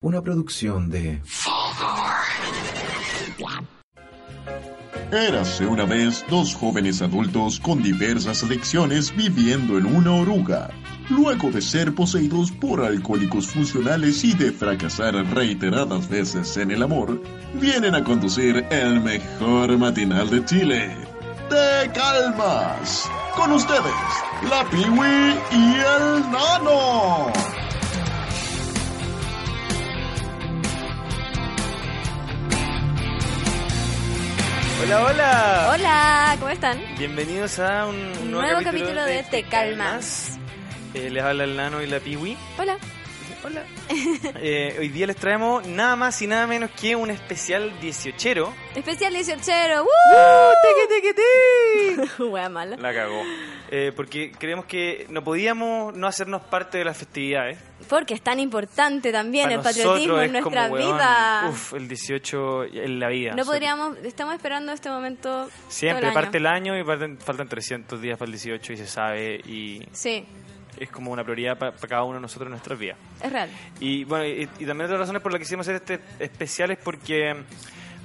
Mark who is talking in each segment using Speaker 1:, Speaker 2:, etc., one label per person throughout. Speaker 1: Una producción de
Speaker 2: Érase una vez dos jóvenes adultos con diversas adicciones viviendo en una oruga. Luego de ser poseídos por alcohólicos funcionales y de fracasar reiteradas veces en el amor, vienen a conducir el mejor matinal de Chile. ¡Te calmas! Con ustedes, la Piwi y el Nano.
Speaker 3: Hola, hola.
Speaker 4: Hola, ¿cómo están?
Speaker 3: Bienvenidos a un nuevo,
Speaker 4: Nuevo capítulo de Te Calmas.
Speaker 3: Eh, les habla el Nano y la Piwi.
Speaker 4: Hola.
Speaker 3: Hola. hoy día les traemos nada más y nada menos que un especial 18.
Speaker 4: Especial 18. ¡Woo! Wea mala.
Speaker 3: La cagó. Eh, porque creemos que no podíamos no hacernos parte de las festividades.
Speaker 4: Porque es tan importante también
Speaker 3: Para
Speaker 4: el patriotismo
Speaker 3: nosotros
Speaker 4: en
Speaker 3: es como,
Speaker 4: nuestra
Speaker 3: weón,
Speaker 4: vida.
Speaker 3: Uf, el 18 en la vida.
Speaker 4: no
Speaker 3: Nosotros
Speaker 4: podríamos, estamos esperando este momento. todo
Speaker 3: Siempre
Speaker 4: el
Speaker 3: parte
Speaker 4: año.
Speaker 3: el año y parten- faltan 300 días para el 18 y se sabe y
Speaker 4: Sí,
Speaker 3: es como una prioridad para cada uno de nosotros en nuestras vidas.
Speaker 4: es real.
Speaker 3: Y bueno, y, y también otra razón por la que quisimos hacer este especial es porque,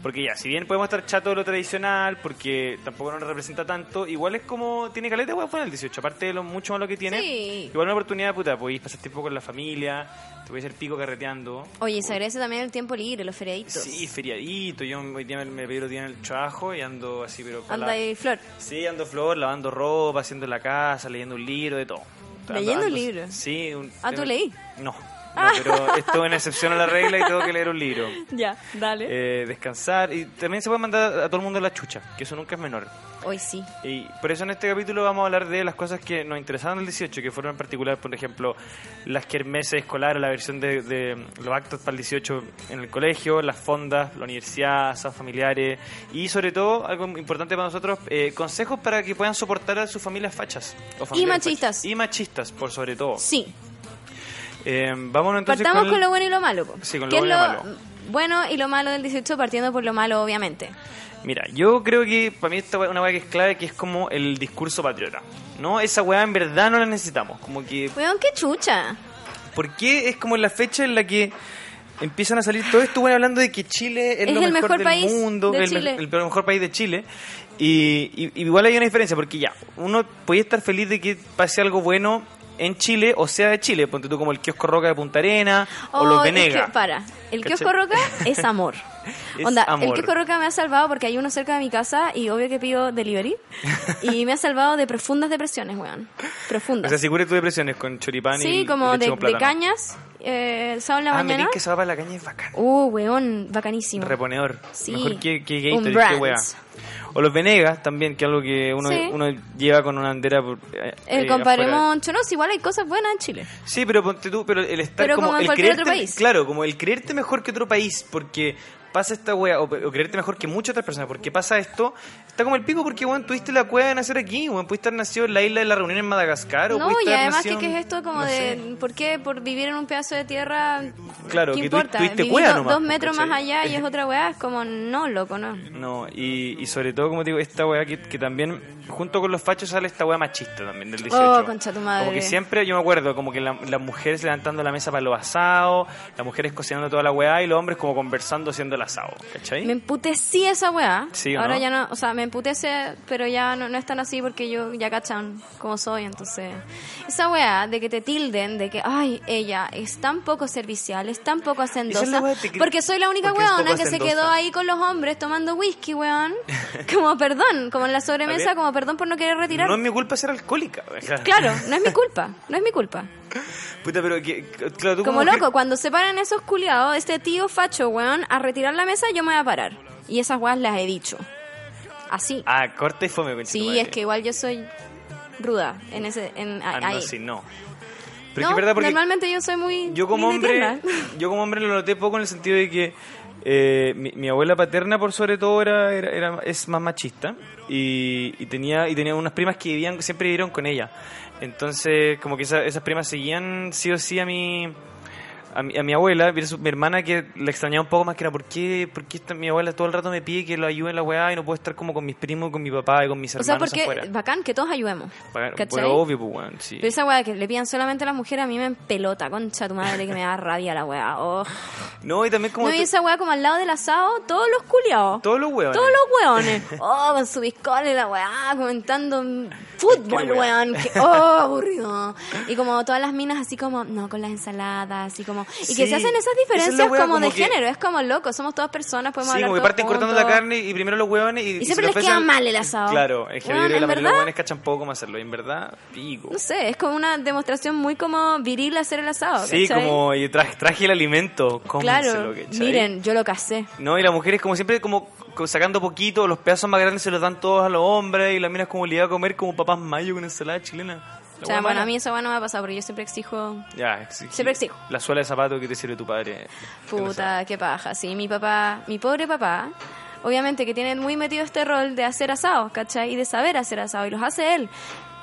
Speaker 3: porque ya, si bien podemos estar chato de lo tradicional, porque tampoco nos representa tanto, igual es como tiene caleta hueá fuera el 18, aparte de lo mucho malo que tiene,
Speaker 4: Sí.
Speaker 3: igual una oportunidad, puta, podéis pasar tiempo con la familia, te podéis hacer pico carreteando.
Speaker 4: Oye, se agradece también el tiempo libre, los feriaditos.
Speaker 3: Sí, feriadito, yo hoy día me, me pedí los días en el trabajo y ando así, pero... con
Speaker 4: Anda
Speaker 3: la-
Speaker 4: ahí, Flor.
Speaker 3: Sí, ando flor, lavando ropa, haciendo la casa, leyendo un libro, de todo.
Speaker 4: ¿Leyendo un
Speaker 3: Ando-
Speaker 4: libro?
Speaker 3: Sí. Un,
Speaker 4: Ah, ¿tú
Speaker 3: tengo-
Speaker 4: leí? Ah.
Speaker 3: No, no, pero esto es una excepción a la regla y tengo que leer un libro.
Speaker 4: Ya, dale.
Speaker 3: Eh, descansar y también se puede mandar a todo el mundo la chucha, que eso nunca es menor.
Speaker 4: Hoy sí.
Speaker 3: Y por eso en este capítulo vamos a hablar de las cosas que nos interesaron el 18, que fueron en particular, por ejemplo, las kermeses escolares, la versión de, de los actos para el 18 en el colegio, las fondas, la universidad, asas familiares y sobre todo, algo importante para nosotros, eh, consejos para que puedan soportar a sus familias fachas. o familiares
Speaker 4: machistas.
Speaker 3: fachas. Y machistas, por sobre todo.
Speaker 4: Sí.
Speaker 3: Eh, vámonos entonces
Speaker 4: Partamos
Speaker 3: con,
Speaker 4: con,
Speaker 3: el-
Speaker 4: lo bueno y lo malo. po.
Speaker 3: Sí, con lo
Speaker 4: ¿Qué
Speaker 3: bueno y lo
Speaker 4: es
Speaker 3: malo.
Speaker 4: bueno y lo malo del 18? Partiendo por lo malo, obviamente.
Speaker 3: Mira, yo creo que para mí esta es una weá que es clave, que es como el discurso patriota. No, esa weá en verdad no la necesitamos. Como que,
Speaker 4: Weón, qué chucha.
Speaker 3: ¿por qué es como la fecha en la que empiezan a salir todo esto weá hablando de que Chile es,
Speaker 4: Es
Speaker 3: lo
Speaker 4: el mejor
Speaker 3: del
Speaker 4: país
Speaker 3: mundo,
Speaker 4: de
Speaker 3: el, me-
Speaker 4: Chile.
Speaker 3: el peor- mejor país de Chile? Y, y- y igual hay una diferencia, porque ya, uno puede estar feliz de que pase algo bueno en Chile o sea de Chile, ponte tú como el kiosco Roca de Punta Arena o los
Speaker 4: Oh, es
Speaker 3: Venegas.
Speaker 4: que- para, el
Speaker 3: ¿Cachai?
Speaker 4: kiosco Roca es amor.
Speaker 3: Es
Speaker 4: Onda, el
Speaker 3: amor.
Speaker 4: kiosco Roca me ha salvado porque hay uno cerca de mi casa y obvio que pido delivery. y me ha salvado de profundas depresiones, weón.
Speaker 3: O
Speaker 4: Profundas.
Speaker 3: sea, si cure tus depresiones con choripán y-
Speaker 4: sí,
Speaker 3: y
Speaker 4: como
Speaker 3: leche
Speaker 4: de,
Speaker 3: con
Speaker 4: de
Speaker 3: plátano.
Speaker 4: cañas, eh, el sábado en la
Speaker 3: Ah,
Speaker 4: mañana.
Speaker 3: Melín que se va para la caña es bacán.
Speaker 4: Uh, weón, bacanísimo.
Speaker 3: Reponedor.
Speaker 4: Sí.
Speaker 3: Mejor que, que
Speaker 4: Un
Speaker 3: Gatorade, qué
Speaker 4: brand.
Speaker 3: wea. O los Venegas también, que es algo que uno,
Speaker 4: Sí.
Speaker 3: uno lleva con una bandera. por- eh,
Speaker 4: el
Speaker 3: eh,
Speaker 4: compadre
Speaker 3: afuera.
Speaker 4: Moncho, no, si igual hay cosas buenas en Chile.
Speaker 3: Sí, pero ponte tú, pero el estar
Speaker 4: Pero
Speaker 3: como,
Speaker 4: como en
Speaker 3: el
Speaker 4: cualquier
Speaker 3: creerte,
Speaker 4: otro país.
Speaker 3: Claro, como el creerte mejor que otro país, porque pasa esta wea, o, o creerte mejor que muchas otras personas, porque pasa esto, está como el pico porque, weón, tuviste la cueva de nacer aquí, weón, pudiste haber nacido en la isla de la reunión en Madagascar, o
Speaker 4: no,
Speaker 3: pudiste
Speaker 4: y
Speaker 3: haber
Speaker 4: además,
Speaker 3: nacido
Speaker 4: ¿qué,
Speaker 3: en-
Speaker 4: qué es esto como
Speaker 3: no
Speaker 4: de.
Speaker 3: sé.
Speaker 4: ¿Por qué? Por vivir en un pedazo de tierra.
Speaker 3: Claro,
Speaker 4: ¿qué
Speaker 3: que tu-
Speaker 4: importa?
Speaker 3: tuviste
Speaker 4: Vivir
Speaker 3: cueva
Speaker 4: do-
Speaker 3: nomás,
Speaker 4: dos metros más
Speaker 3: ¿cachai?
Speaker 4: allá y es otra weá, es como, no, loco, no.
Speaker 3: No, y, y sobre todo, como te digo, esta weá que, que también, junto con los fachos, sale esta weá machista también del 18.
Speaker 4: Oh, concha tu madre.
Speaker 3: Como que siempre, yo me acuerdo, como que la- las mujeres levantando la mesa para los asados, las mujeres cocinando toda la weá y los hombres como conversando haciendo el asado, ¿cachai?
Speaker 4: Me emputecí esa weá.
Speaker 3: Sí, ¿o
Speaker 4: Ahora
Speaker 3: no?
Speaker 4: ya no, o sea, me emputece, pero ya no, no es tan así porque yo ya cachan como soy, entonces. Esa weá de que te tilden, de que, ay, ella es tan poco servicial, es tan poco hacendosa.
Speaker 3: Esa es la weá que te cri-
Speaker 4: porque soy la única
Speaker 3: porque es
Speaker 4: weona
Speaker 3: poco
Speaker 4: que se
Speaker 3: hacendosa.
Speaker 4: quedó ahí con los hombres tomando whisky, weón. Como perdón, como en la
Speaker 3: A
Speaker 4: sobremesa,
Speaker 3: ver.
Speaker 4: como perdón por no querer retirar.
Speaker 3: No es mi culpa ser alcohólica. o sea.
Speaker 4: Claro, no es mi culpa, no es mi culpa.
Speaker 3: Puta, pero que, que- claro, tú
Speaker 4: Como
Speaker 3: mujer-
Speaker 4: loco, cuando se paran esos culiados, este tío facho, weón, a retirar la mesa, yo me voy a parar. Y esas weas las he dicho. Así.
Speaker 3: Ah, corta y fome, concha tu
Speaker 4: Sí,
Speaker 3: madre.
Speaker 4: es que igual yo soy ruda en ese en
Speaker 3: Ah,
Speaker 4: ahí.
Speaker 3: no, sí, no. Pero es
Speaker 4: no,
Speaker 3: que es verdad porque
Speaker 4: normalmente yo soy muy
Speaker 3: yo como
Speaker 4: muy de
Speaker 3: hombre
Speaker 4: tierna.
Speaker 3: yo como hombre lo noté poco en el sentido de que eh, mi, mi abuela paterna por sobre todo era, era, era- es más machista y, y tenía y tenía unas primas que vivían siempre vivieron con ella entonces como que esa- esas primas seguían sí o sí a mi a mi, a mi abuela, versus mi hermana que la extrañaba un poco más que era ¿por qué, por qué esta- mi abuela todo el rato me pide que lo ayude en la weá y no puedo estar como con mis primos, con mi papá y con mis
Speaker 4: O
Speaker 3: hermanos
Speaker 4: sea, porque
Speaker 3: afuera?
Speaker 4: bacán que todos ayudemos.
Speaker 3: Bueno,
Speaker 4: ¿cachai?
Speaker 3: bueno, obvio, pues, weón, sí.
Speaker 4: Pero esa weá que le pidan solamente a las mujeres a mí me pelota, concha tu madre, que me da rabia la weá. oh.
Speaker 3: No, y también como
Speaker 4: No, y
Speaker 3: to-
Speaker 4: esa weá como al lado del asado, todos los culiados.
Speaker 3: todos los weones.
Speaker 4: Todos los weones. Oh, con su biscola y la weá, comentando mm, fútbol,
Speaker 3: Qué weá.
Speaker 4: weón. que- oh, aburrido. Y como todas las minas así como, no, con las ensaladas, así como... Y que
Speaker 3: Sí,
Speaker 4: se hacen esas
Speaker 3: esa es la
Speaker 4: diferencias
Speaker 3: weá,
Speaker 4: como,
Speaker 3: como
Speaker 4: de
Speaker 3: que-
Speaker 4: género, es como loco, somos todas personas, podemos
Speaker 3: Sí,
Speaker 4: hablar
Speaker 3: como que
Speaker 4: todos
Speaker 3: parten cortando la
Speaker 4: juntos.
Speaker 3: carne y primero los huevones y,
Speaker 4: Y
Speaker 3: si
Speaker 4: siempre
Speaker 3: los
Speaker 4: les
Speaker 3: pesan-
Speaker 4: queda mal el asado.
Speaker 3: Claro, es que yo
Speaker 4: Weón,
Speaker 3: creo que la
Speaker 4: en
Speaker 3: mayoría de los
Speaker 4: verdad-
Speaker 3: huevones cachan poco cómo hacerlo. Y en verdad, pico.
Speaker 4: No sé, es como una demostración muy como viril hacer el asado.
Speaker 3: sí,
Speaker 4: ¿cachai?
Speaker 3: como y traje, traje el alimento. Cómenselo,
Speaker 4: Claro,
Speaker 3: ¿cachai?
Speaker 4: miren, yo lo casé.
Speaker 3: No, y las mujeres como siempre como co- sacando poquito, los pedazos más grandes se los dan todos a los hombres y las minas como le iba a comer como papás mayo con ensalada chilena.
Speaker 4: O
Speaker 3: La
Speaker 4: sea,
Speaker 3: hueá
Speaker 4: bueno,
Speaker 3: mala.
Speaker 4: a mí eso bueno, me ha pasado porque yo siempre exijo...
Speaker 3: Ya, exigí-
Speaker 4: Siempre exijo.
Speaker 3: La suela de zapato que te sirve tu padre.
Speaker 4: Puta, qué paja. Sí, mi papá, mi pobre papá, obviamente que tiene muy metido este rol de hacer asados, ¿cachai? Y de saber hacer asado, y los hace él.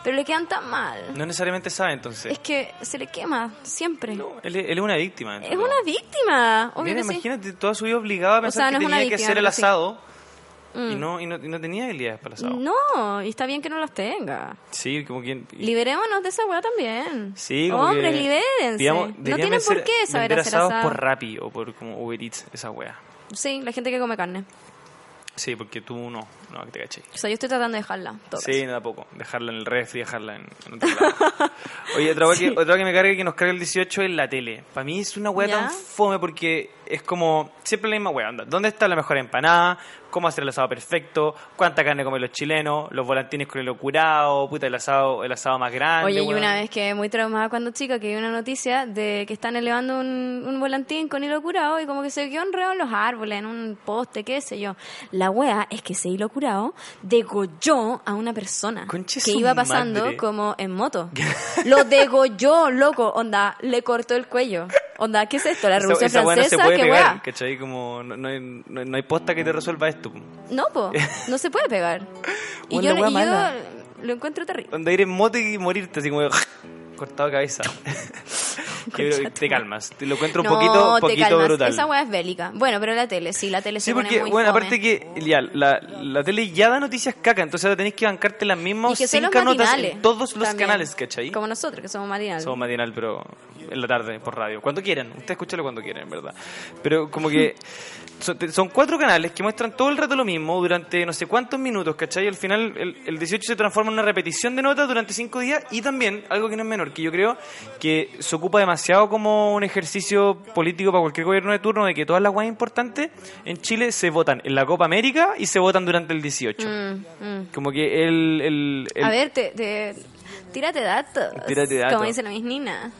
Speaker 4: Pero le quedan tan mal.
Speaker 3: No necesariamente sabe entonces.
Speaker 4: Es que se le quema, siempre.
Speaker 3: No, él, es- él es una víctima. en
Speaker 4: es
Speaker 3: todo.
Speaker 4: una víctima,
Speaker 3: Mira,
Speaker 4: obviamente.
Speaker 3: imagínate, toda su vida obligada a pensar
Speaker 4: sea, no
Speaker 3: que
Speaker 4: es una
Speaker 3: tenía que
Speaker 4: víctima,
Speaker 3: hacer el
Speaker 4: pero sí.
Speaker 3: asado y, no, y, no, y no tenía habilidades para el asado.
Speaker 4: Mm. No, y está bien que no los tenga.
Speaker 3: Sí, como quien... y-
Speaker 4: Liberémonos de esa weá también.
Speaker 3: Sí, como
Speaker 4: Hombres,
Speaker 3: que,
Speaker 4: libérense.
Speaker 3: digamos,
Speaker 4: no
Speaker 3: deberían
Speaker 4: tienen por
Speaker 3: vencer-
Speaker 4: qué saber
Speaker 3: vender
Speaker 4: hacer
Speaker 3: asados
Speaker 4: asado.
Speaker 3: por Rappi o por como Uber Eats, esa wea.
Speaker 4: Sí, la gente que come carne.
Speaker 3: Sí, porque tú no, no, que te caché.
Speaker 4: O sea, yo estoy tratando de dejarla. en todo
Speaker 3: Sí, nada poco. Dejarla en el refri, dejarla en, en otro lado. Oye, otra wea que, otra wea que me cargue que nos cargue el 18 es la tele. Para mí es una wea
Speaker 4: Ya.
Speaker 3: tan fome porque es como siempre la misma wea. Onda, ¿Dónde está la mejor empanada? ¿Cómo hacer el asado perfecto? ¿Cuánta carne comen los chilenos? ¿Los volantines con el curado? Puta, el asado, el asado más grande.
Speaker 4: Oye, y
Speaker 3: weón.
Speaker 4: una vez que muy traumada cuando chica, que vi una noticia de que están elevando un, un volantín con hilo curado y como que se quedó enredado en los árboles, en un poste, qué sé yo. La wea es que ese hilo curado degolló a una persona
Speaker 3: Conche
Speaker 4: que
Speaker 3: su
Speaker 4: iba pasando
Speaker 3: madre.
Speaker 4: como en moto. Lo degolló, loco, onda, le cortó el cuello. Onda, ¿qué es esto? ¿La
Speaker 3: Esa-
Speaker 4: Revolución
Speaker 3: esa wea no
Speaker 4: Francesa?
Speaker 3: se puede
Speaker 4: ¿Qué
Speaker 3: pegar,
Speaker 4: wea?
Speaker 3: ¿cachai? Como no, no hay, no- no hay posta que te resuelva esto.
Speaker 4: No, po, no se puede pegar. y
Speaker 3: Bueno,
Speaker 4: yo,
Speaker 3: la wea
Speaker 4: y yo
Speaker 3: mala.
Speaker 4: lo encuentro terrible.
Speaker 3: Donde ir en moto y morirte así como cortado de cabeza. Yo creo que te calmas. Te lo encuentro un poquito,
Speaker 4: te
Speaker 3: poquito
Speaker 4: calmas.
Speaker 3: brutal.
Speaker 4: Esa weá es bélica. Bueno, pero la tele, sí, la tele
Speaker 3: Sí,
Speaker 4: se pone
Speaker 3: porque,
Speaker 4: muy
Speaker 3: bueno,
Speaker 4: fome.
Speaker 3: aparte que ya, la, la tele ya da noticias caca, entonces ahora tenés que bancarte las mismas
Speaker 4: Y que son los
Speaker 3: cinco notas en
Speaker 4: matinales
Speaker 3: todos los
Speaker 4: también.
Speaker 3: canales, ¿cachai?
Speaker 4: Como nosotros, que somos matinales.
Speaker 3: Somos matinal, pero en la tarde, por radio. Cuando quieran, ustedes escúchalo cuando quieran, en verdad. Pero como que son, te- son cuatro canales que muestran todo el rato lo mismo durante no sé cuántos minutos, ¿cachai? Al final el, el 18 se transforma en una repetición de notas durante cinco días y también, algo que no es menor, que yo creo que se ocupa demasiado como un ejercicio político para cualquier gobierno de turno de que todas las guayas importantes en Chile se votan en la Copa América y se votan durante el 18.
Speaker 4: Mm, mm.
Speaker 3: Como que el... el- el-
Speaker 4: A ver, te, te- tírate datos.
Speaker 3: Tírate datos. Eh,
Speaker 4: Como dicen a mis ninas.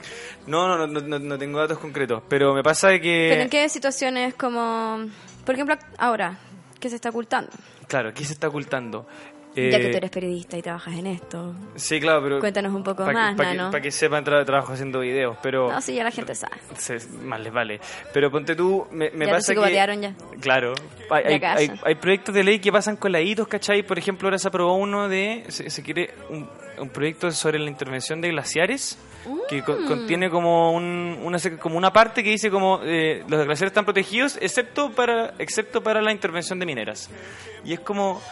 Speaker 3: No, no, no, no, no- no tengo datos concretos, pero me pasa de que...
Speaker 4: Pero en qué situaciones como... Por ejemplo, ahora, que se está ocultando.
Speaker 3: Claro, aquí se está ocultando.
Speaker 4: ya
Speaker 3: Eh,
Speaker 4: que tú eres periodista y trabajas en esto.
Speaker 3: Sí, claro, pero...
Speaker 4: Cuéntanos un poco
Speaker 3: pa' que-
Speaker 4: más,
Speaker 3: pa' que-
Speaker 4: Nano.
Speaker 3: pa' que sepan, tra- trabajo haciendo videos, pero...
Speaker 4: No, sí, ya la gente sabe.
Speaker 3: se- más les vale. Pero ponte tú, me,
Speaker 4: Ya te
Speaker 3: me pasa que...
Speaker 4: psicopatearon ya.
Speaker 3: Claro. Hay,
Speaker 4: Ya
Speaker 3: hay-
Speaker 4: casa.
Speaker 3: hay- hay proyectos de ley que pasan coladitos, ¿cachai? Por ejemplo, ahora se aprobó uno de... Se, se quiere un, un proyecto sobre la intervención de glaciares que
Speaker 4: Mm.
Speaker 3: co- contiene como un- una sec- como una parte que dice como eh, los glaciares están protegidos excepto para excepto para la intervención de mineras y es como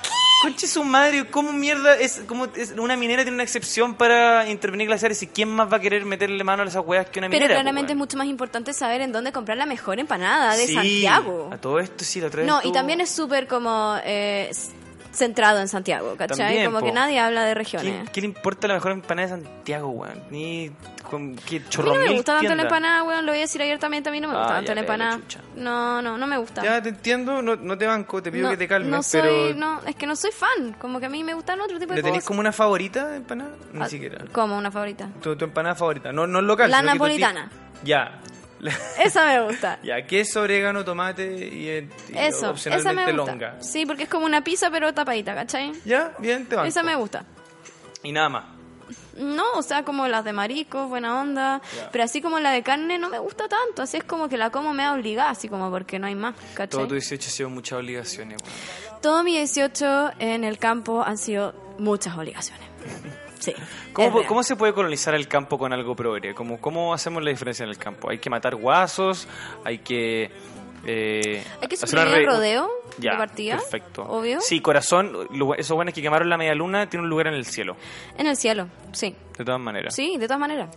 Speaker 3: conche su madre cómo mierda es como es, una minera tiene una excepción para intervenir glaciares y quién más va a querer meterle mano a esas weas que una
Speaker 4: Pero
Speaker 3: minera po,
Speaker 4: claramente es
Speaker 3: weón?
Speaker 4: mucho más importante saber en dónde comprar la mejor empanada de
Speaker 3: Sí,
Speaker 4: Santiago.
Speaker 3: a todo esto sí la otra vez
Speaker 4: No, y
Speaker 3: estuvo-
Speaker 4: también es súper como eh, s- centrado en Santiago, ¿cachai?
Speaker 3: También,
Speaker 4: como
Speaker 3: po.
Speaker 4: que nadie habla de
Speaker 3: ¿Qué,
Speaker 4: regiones.
Speaker 3: qué le importa la mejor empanada de Santiago weón? ni con qué
Speaker 4: A mí no
Speaker 3: chorromil
Speaker 4: me gusta tanto la
Speaker 3: tiendas.
Speaker 4: empanada, weón, lo voy a decir abiertamente, a mí no me gusta
Speaker 3: Ah,
Speaker 4: tanto
Speaker 3: ya,
Speaker 4: la
Speaker 3: pega la
Speaker 4: empanada.
Speaker 3: chucha.
Speaker 4: No, no, no me gusta.
Speaker 3: ya te entiendo no, no te banco te pido
Speaker 4: no,
Speaker 3: que te calmes
Speaker 4: no soy,
Speaker 3: pero
Speaker 4: no, es que no soy fan, como que a mí me gustan otro tipo de
Speaker 3: ¿Le tenés
Speaker 4: cosas.
Speaker 3: como una favorita de empanada? Ni
Speaker 4: Ah,
Speaker 3: siquiera.
Speaker 4: Como una favorita.
Speaker 3: Tu, tu empanada favorita. No, no local.
Speaker 4: La
Speaker 3: sino que tu ti-
Speaker 4: napolitana.
Speaker 3: Ya. La-
Speaker 4: Esa me gusta.
Speaker 3: ya, queso, orégano, tomate y, eh,
Speaker 4: Eso,
Speaker 3: y
Speaker 4: esa me
Speaker 3: opcionalmente
Speaker 4: gusta.
Speaker 3: longa.
Speaker 4: Sí, porque es como una pizza pero tapadita, ¿cachai?
Speaker 3: Ya, bien, te banco.
Speaker 4: Esa me gusta.
Speaker 3: Y nada más.
Speaker 4: No, o sea, como las de marisco, buena onda.
Speaker 3: Ya.
Speaker 4: Pero así como la de carne no me gusta tanto. Así es como que la como me obligada, así como porque no hay más. ¿cachai?
Speaker 3: Todo tu 18 ha sido muchas obligaciones. weón.
Speaker 4: Todo mi 18 en el campo han sido muchas obligaciones. Sí. es
Speaker 3: ¿Cómo,
Speaker 4: real.
Speaker 3: cómo se puede colonizar el campo con algo progre? ¿Cómo, ¿Cómo hacemos la diferencia en el campo? ¿Hay que matar guasos? ¿Hay que... eh,
Speaker 4: Hay que
Speaker 3: hacer
Speaker 4: suprimir
Speaker 3: una
Speaker 4: el
Speaker 3: re-
Speaker 4: rodeo
Speaker 3: Ya,
Speaker 4: de partida.
Speaker 3: perfecto.
Speaker 4: Obvio.
Speaker 3: Sí, corazón, lo- esos buenos que quemaron la media luna tiene un lugar en el cielo,
Speaker 4: En el cielo, sí.
Speaker 3: de todas maneras.
Speaker 4: Sí, de todas maneras.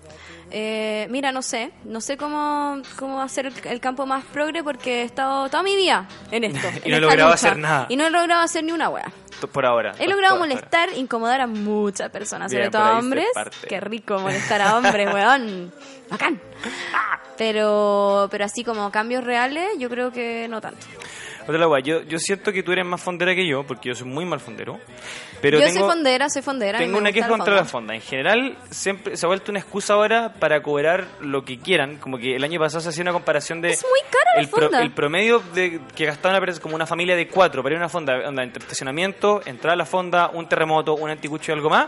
Speaker 4: Eh, mira, no sé, no sé cómo, cómo hacer el, el campo más progre porque he estado toda mi vida en esto. en
Speaker 3: Y no
Speaker 4: esta
Speaker 3: he logrado
Speaker 4: lucha.
Speaker 3: hacer nada.
Speaker 4: Y no he logrado hacer ni una wea.
Speaker 3: T- Por ahora.
Speaker 4: He logrado
Speaker 3: Por- por ahora.
Speaker 4: molestar, incomodar a muchas personas, sobre
Speaker 3: Bien,
Speaker 4: todo
Speaker 3: por ahí
Speaker 4: a
Speaker 3: se
Speaker 4: hombres.
Speaker 3: parte.
Speaker 4: Qué rico molestar a hombres, weón. Bacán.
Speaker 3: Ah.
Speaker 4: Pero, pero así como cambios reales, yo creo que no tanto.
Speaker 3: Otra la guay, yo, yo siento que tú eres más fondera que yo, porque yo soy muy mal fondero. Pero
Speaker 4: yo soy
Speaker 3: tengo,
Speaker 4: fondera, soy fondera. a mí
Speaker 3: Tengo
Speaker 4: me
Speaker 3: una
Speaker 4: gusta
Speaker 3: queja
Speaker 4: la
Speaker 3: contra la
Speaker 4: fonda.
Speaker 3: fonda. En general, siempre se ha vuelto una excusa ahora para cobrar lo que quieran. Como que el año pasado se hacía una comparación de.
Speaker 4: Es muy cara la
Speaker 3: el pro-
Speaker 4: fonda.
Speaker 3: el promedio de, que gastaba una persona, como una familia de cuatro para ir a una fonda, onda, entre estacionamiento, entrar a la fonda, un terremoto, un anticucho y algo más.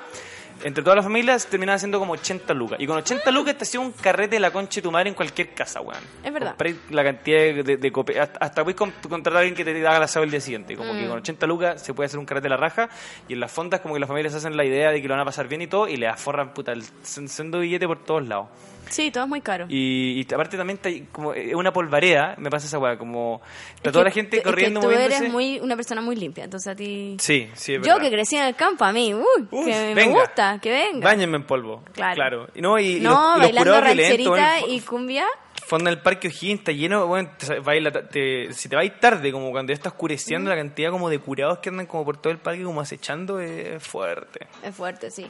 Speaker 3: Entre todas las familias terminaba siendo como 80 lucas. Y con 80 lucas te hacía un carrete de la concha de tu madre en cualquier casa, weón.
Speaker 4: Mm. Es verdad.
Speaker 3: Compré la cantidad de, de, de cope- Hasta, hasta puedes con- contratar a alguien que te haga el asado el día siguiente. Como
Speaker 4: Mm.
Speaker 3: que con 80 lucas se puede hacer un carrete de la raja. Y en las fondas, como que las familias hacen la idea de que lo van a pasar bien y todo. Y le aforran puta el sen- sendo billete por todos lados.
Speaker 4: Sí, todo es muy caro.
Speaker 3: Y, y aparte también está ahí como eh, una polvareda, me pasa esa weá, como está
Speaker 4: Es
Speaker 3: toda
Speaker 4: que
Speaker 3: la gente
Speaker 4: tú- es que
Speaker 3: corriendo,
Speaker 4: tú
Speaker 3: moviéndose.
Speaker 4: eres muy, una persona muy limpia, entonces a ti...
Speaker 3: Sí, sí, es
Speaker 4: Yo
Speaker 3: verdad.
Speaker 4: que crecí en el campo, a mí, uy,
Speaker 3: Uf,
Speaker 4: que me
Speaker 3: venga.
Speaker 4: gusta, que venga.
Speaker 3: Báñenme en polvo.
Speaker 4: Claro.
Speaker 3: Claro. Y no, y, y los-
Speaker 4: no,
Speaker 3: y los,
Speaker 4: bailando
Speaker 3: curados violentos,
Speaker 4: rancherita
Speaker 3: el-
Speaker 4: y cumbia.
Speaker 3: Fonda del Parque O'Higgins está lleno, bueno, te- baila- te- si te vais tarde, como cuando ya está oscureciendo, la cantidad como de curados que andan como por todo el parque como acechando eh, es fuerte.
Speaker 4: Es fuerte, sí.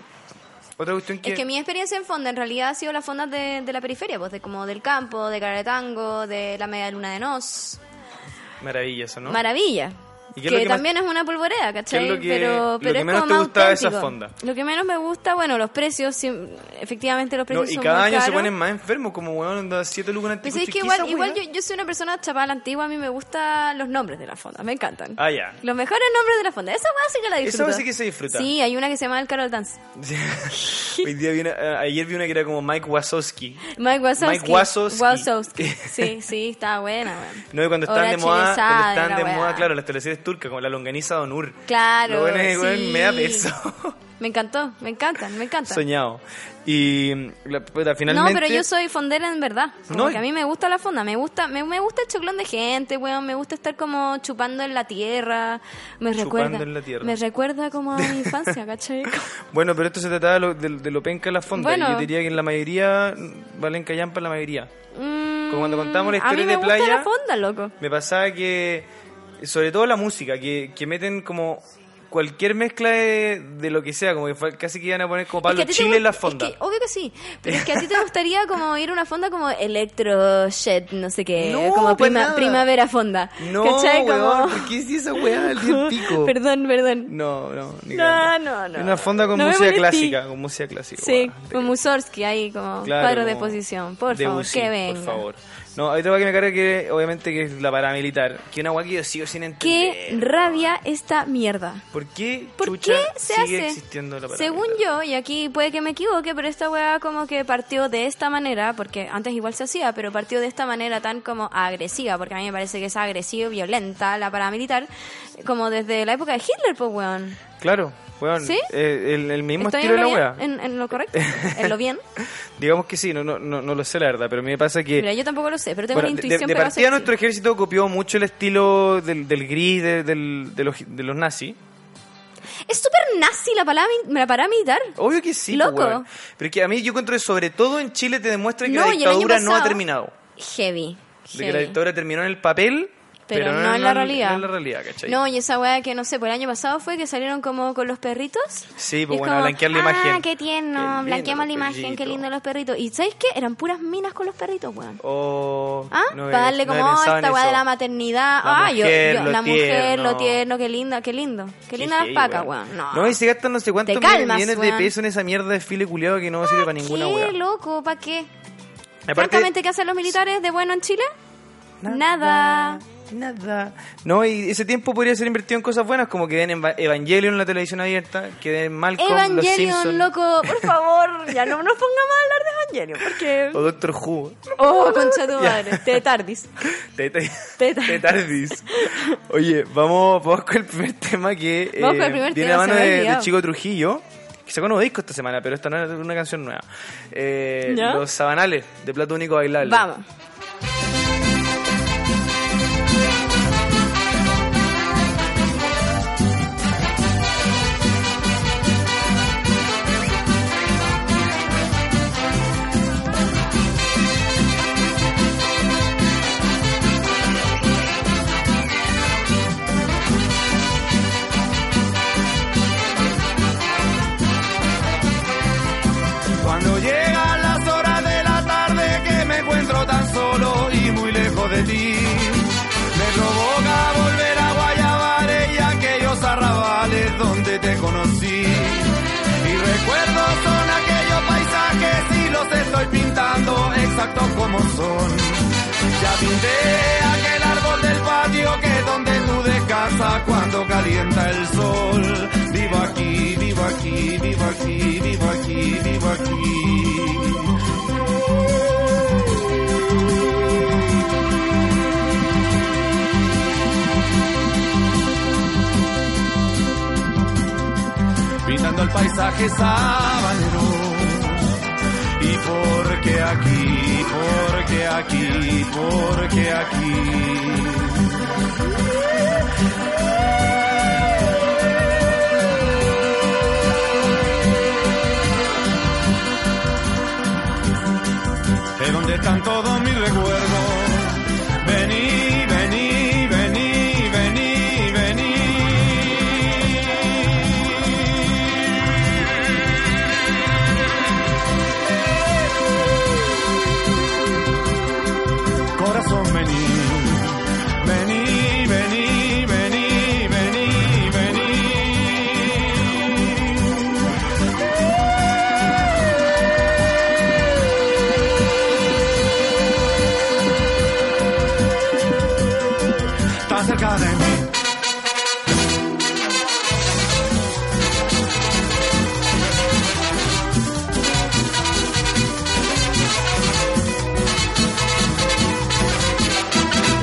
Speaker 3: Otra cuestión que...
Speaker 4: Es que mi experiencia en fonda en realidad ha sido las fondas de, de la periferia, pues de como del campo, de cara de tango, de la media luna de nos.
Speaker 3: Maravilloso, ¿no?
Speaker 4: Maravilla. Que,
Speaker 3: ¿Y qué es lo que más-
Speaker 4: también es una polvoreda, ¿cachai?
Speaker 3: qué es lo que-
Speaker 4: pero
Speaker 3: lo
Speaker 4: pero
Speaker 3: que
Speaker 4: es
Speaker 3: menos
Speaker 4: como
Speaker 3: te
Speaker 4: más
Speaker 3: gustaba de esas
Speaker 4: auténtico.
Speaker 3: fondas?
Speaker 4: Lo que menos me gusta, bueno, los precios, sí, efectivamente los
Speaker 3: No,
Speaker 4: precios
Speaker 3: y
Speaker 4: son
Speaker 3: cada
Speaker 4: muy
Speaker 3: año se
Speaker 4: caros.
Speaker 3: ponen más enfermos, como weón, anda siete lucas en
Speaker 4: Pues
Speaker 3: anticucho,
Speaker 4: es que
Speaker 3: ¿qué
Speaker 4: igual,
Speaker 3: esa
Speaker 4: igual
Speaker 3: weá?
Speaker 4: yo, yo soy una persona chapada a la antigua, a mí me gustan los nombres de las fondas, me encantan.
Speaker 3: Ah, ya.
Speaker 4: Los mejores nombres de la fonda, esa weá sí que la
Speaker 3: Esa
Speaker 4: disfruto.
Speaker 3: weá sí que se disfruta.
Speaker 4: Sí, hay una que se llama el Carol Dance.
Speaker 3: Sí. Hoy día vi una- eh, ayer vi una que era como Mike Wazowski.
Speaker 4: Mike Wazowski.
Speaker 3: Mike Wazowski.
Speaker 4: Wazowski. Sí, sí, está buena, weón.
Speaker 3: No, y cuando estaban
Speaker 4: Hora
Speaker 3: de moda, cuando
Speaker 4: chilezada,
Speaker 3: estaban de
Speaker 4: la
Speaker 3: moda,
Speaker 4: weá.
Speaker 3: claro, las teleseries turcas, como la longaniza de Onur.
Speaker 4: Claro,
Speaker 3: Lo bueno es, weón,
Speaker 4: sí.
Speaker 3: me da peso.
Speaker 4: Me encantó, me encantan, me encantan.
Speaker 3: Soñado. Y mm, la, puta,
Speaker 4: No,
Speaker 3: finalmente.
Speaker 4: pero yo soy fondera en verdad.
Speaker 3: No,
Speaker 4: Porque
Speaker 3: y-
Speaker 4: a mí me gusta la fonda, me gusta me, me gusta el choclón de gente, weón, me gusta estar como chupando en la tierra, me
Speaker 3: Chupando
Speaker 4: recuerda
Speaker 3: en la tierra.
Speaker 4: me recuerda como a mi infancia, ¿cachai?
Speaker 3: Bueno, pero esto se trataba de lo, de, de lo penca de la fonda.
Speaker 4: Bueno.
Speaker 3: Y yo diría que en la mayoría, Valen Callampa en la mayoría.
Speaker 4: Como
Speaker 3: cuando contamos la historia
Speaker 4: Mm, a mí
Speaker 3: de
Speaker 4: me gusta
Speaker 3: playa.
Speaker 4: la fonda, loco.
Speaker 3: Me pasaba que, sobre todo la música, que, que meten como cualquier mezcla de, de lo que sea, como que fa- casi que iban a poner como Pablo
Speaker 4: a ti te
Speaker 3: Chile
Speaker 4: gust-
Speaker 3: en la fonda.
Speaker 4: es que obvio que sí, pero es que a ti te gustaría como ir a una fonda como electro shed, no sé qué,
Speaker 3: No,
Speaker 4: como
Speaker 3: pa'
Speaker 4: prima-
Speaker 3: nada.
Speaker 4: primavera fonda.
Speaker 3: No,
Speaker 4: ¿cachai? Como-
Speaker 3: weón, ¿por qué hiciste esa weá al día del pico?
Speaker 4: perdón, perdón.
Speaker 3: No, no, ni
Speaker 4: No,
Speaker 3: cagando.
Speaker 4: no, no.
Speaker 3: Una fonda con
Speaker 4: No me
Speaker 3: música
Speaker 4: molestí.
Speaker 3: clásica, con música clásica.
Speaker 4: Sí,
Speaker 3: weón.
Speaker 4: con Mussorgsky ahí como
Speaker 3: Claro,
Speaker 4: cuadro de
Speaker 3: como
Speaker 4: exposición. Por favor,
Speaker 3: Debussy,
Speaker 4: que venga.
Speaker 3: Por favor. No, hay otra weá que me carga que, obviamente, que es la paramilitar. Que una weá que yo sigo sin entender.
Speaker 4: Qué rabia esta mierda.
Speaker 3: ¿Por qué
Speaker 4: ¿Por
Speaker 3: chucha
Speaker 4: qué se
Speaker 3: sigue
Speaker 4: hace?
Speaker 3: existiendo la paramilitar?
Speaker 4: Según yo, y aquí puede que me equivoque, pero esta weá como que partió de esta manera, porque antes igual se hacía, pero partió de esta manera tan como agresiva, porque a mí me parece que es agresiva, violenta, la paramilitar, como desde la época de Hitler, pues weón.
Speaker 3: Claro, weón.
Speaker 4: ¿Sí?
Speaker 3: eh, el, el mismo
Speaker 4: ¿Estoy
Speaker 3: estilo
Speaker 4: en
Speaker 3: de
Speaker 4: lo,
Speaker 3: la
Speaker 4: bien? En,
Speaker 3: weá.
Speaker 4: en lo correcto? ¿En lo bien?
Speaker 3: Digamos que sí, no, no, no, no lo sé la verdad, pero a mí me pasa que...
Speaker 4: Mira, yo tampoco lo sé, pero tengo
Speaker 3: Bueno,
Speaker 4: una
Speaker 3: de-
Speaker 4: intuición
Speaker 3: de,
Speaker 4: pero
Speaker 3: partida nuestro ejército copió mucho el estilo del, del gris de, del- de los, de los nazis.
Speaker 4: Es súper nazi la, palami- la paramilitar.
Speaker 3: Obvio que sí,
Speaker 4: Loco.
Speaker 3: pues, weón. Pero es que a mí yo encuentro que sobre todo en Chile te demuestra que
Speaker 4: No,
Speaker 3: la
Speaker 4: y el año
Speaker 3: dictadura no ha
Speaker 4: pasado-
Speaker 3: terminado.
Speaker 4: Heavy.
Speaker 3: De que la
Speaker 4: heavy.
Speaker 3: dictadura terminó en el papel,
Speaker 4: Pero, no, en la realidad.
Speaker 3: No en la realidad, ¿cachai?
Speaker 4: No, y esa weá que no sé, por el año pasado fue que salieron como con los perritos.
Speaker 3: Sí,
Speaker 4: Y
Speaker 3: pues
Speaker 4: es
Speaker 3: bueno,
Speaker 4: como,
Speaker 3: blanquear la
Speaker 4: Ah,
Speaker 3: imagen.
Speaker 4: qué
Speaker 3: Qué
Speaker 4: tierno,
Speaker 3: lindo
Speaker 4: blanqueamos
Speaker 3: los
Speaker 4: la imagen, qué
Speaker 3: perritos.
Speaker 4: lindo los perritos. ¿Y sabéis qué? Eran puras minas con los perritos, weón.
Speaker 3: O...
Speaker 4: ¿Ah?
Speaker 3: no
Speaker 4: Para
Speaker 3: he-
Speaker 4: darle
Speaker 3: no he
Speaker 4: como oh,
Speaker 3: pensado en
Speaker 4: esta weá de
Speaker 3: eso.
Speaker 4: la maternidad.
Speaker 3: La
Speaker 4: ah, yo-
Speaker 3: mujer,
Speaker 4: yo,
Speaker 3: lo
Speaker 4: la mujer,
Speaker 3: tierno.
Speaker 4: lo tierno, qué linda, qué lindo. Qué linda las
Speaker 3: heavy,
Speaker 4: pacas, weón. No,
Speaker 3: No, y se gastan no sé cuántos
Speaker 4: Te
Speaker 3: miles-
Speaker 4: calmas,
Speaker 3: millones
Speaker 4: weón. Ah,
Speaker 3: de pesos en esa mierda de file culiado que no sirve para ninguna
Speaker 4: qué
Speaker 3: weá.
Speaker 4: loco, ¿para qué?
Speaker 3: Aparte-
Speaker 4: Francamente, ¿qué hacen los militares de bueno en Chile? Nada.
Speaker 3: Nada. nada. No, y ese tiempo podría ser invertido en cosas buenas, como que den Eva- Evangelion en la televisión abierta, que den Malcolm, Los
Speaker 4: Evangelion,
Speaker 3: Simpsons,
Speaker 4: loco, por favor, ya no nos pongamos a hablar de Evangelion,
Speaker 3: o
Speaker 4: porque...
Speaker 3: Doctor Who.
Speaker 4: Oh, concha tu madre, te tardis.
Speaker 3: Te, te-
Speaker 4: Te
Speaker 3: te tardis. Oye, vamos, vamos con el primer tema que eh,
Speaker 4: Vamos con el primer
Speaker 3: viene
Speaker 4: tema,
Speaker 3: a mano
Speaker 4: se me ha
Speaker 3: de, de
Speaker 4: olvidado.
Speaker 3: Chico Trujillo, que sacó un nuevo disco esta semana, pero esta no es una canción nueva. Eh,
Speaker 4: ¿Ya?
Speaker 3: Los Sabanales, de Plato Único Bailable.
Speaker 4: Vamos.
Speaker 5: Cuando llegan las horas de la tarde que me encuentro tan solo y muy lejos de ti, me provoca volver a Guayabares y aquellos arrabales donde te conocí. Y recuerdo son aquellos paisajes y los estoy pintando exactos como son. Ya pinté aquel árbol del patio que es donde tú descansas cuando calienta el sol. Vivo aquí, vivo aquí, vivo aquí, vivo aquí, vivo aquí. pintando el paisaje sabanero. Y porque aquí, porque aquí, porque aquí. de donde están todos mis recuerdos. Vení, vení, vení, vení, vení. Corazón, vení. Vení, vení, vení, vení, vení. Estás cerca de mí.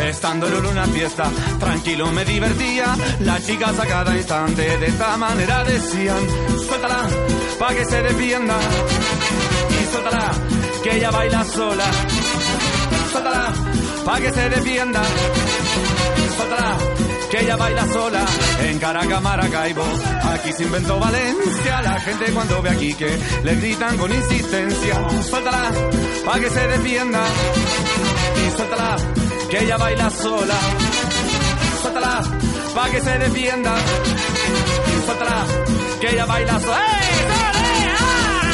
Speaker 5: Estando en una fiesta, tranquilo me divertía. Las chicas a cada instante de esta manera decían: suéltala, pa' que se defienda. Y suéltala, que ella baila sola. Suéltala, pa' que se defienda. Suéltala, que ella baila sola. En Caracas, Maracaibo, aquí se inventó Valencia. La gente cuando ve aquí que le gritan con insistencia: suéltala, pa' que se defienda y suéltala, que ella baila sola. Suéltala, pa' que se defienda. Y suéltala, que ella baila sola. ¡Ey, dale! ¡Ah!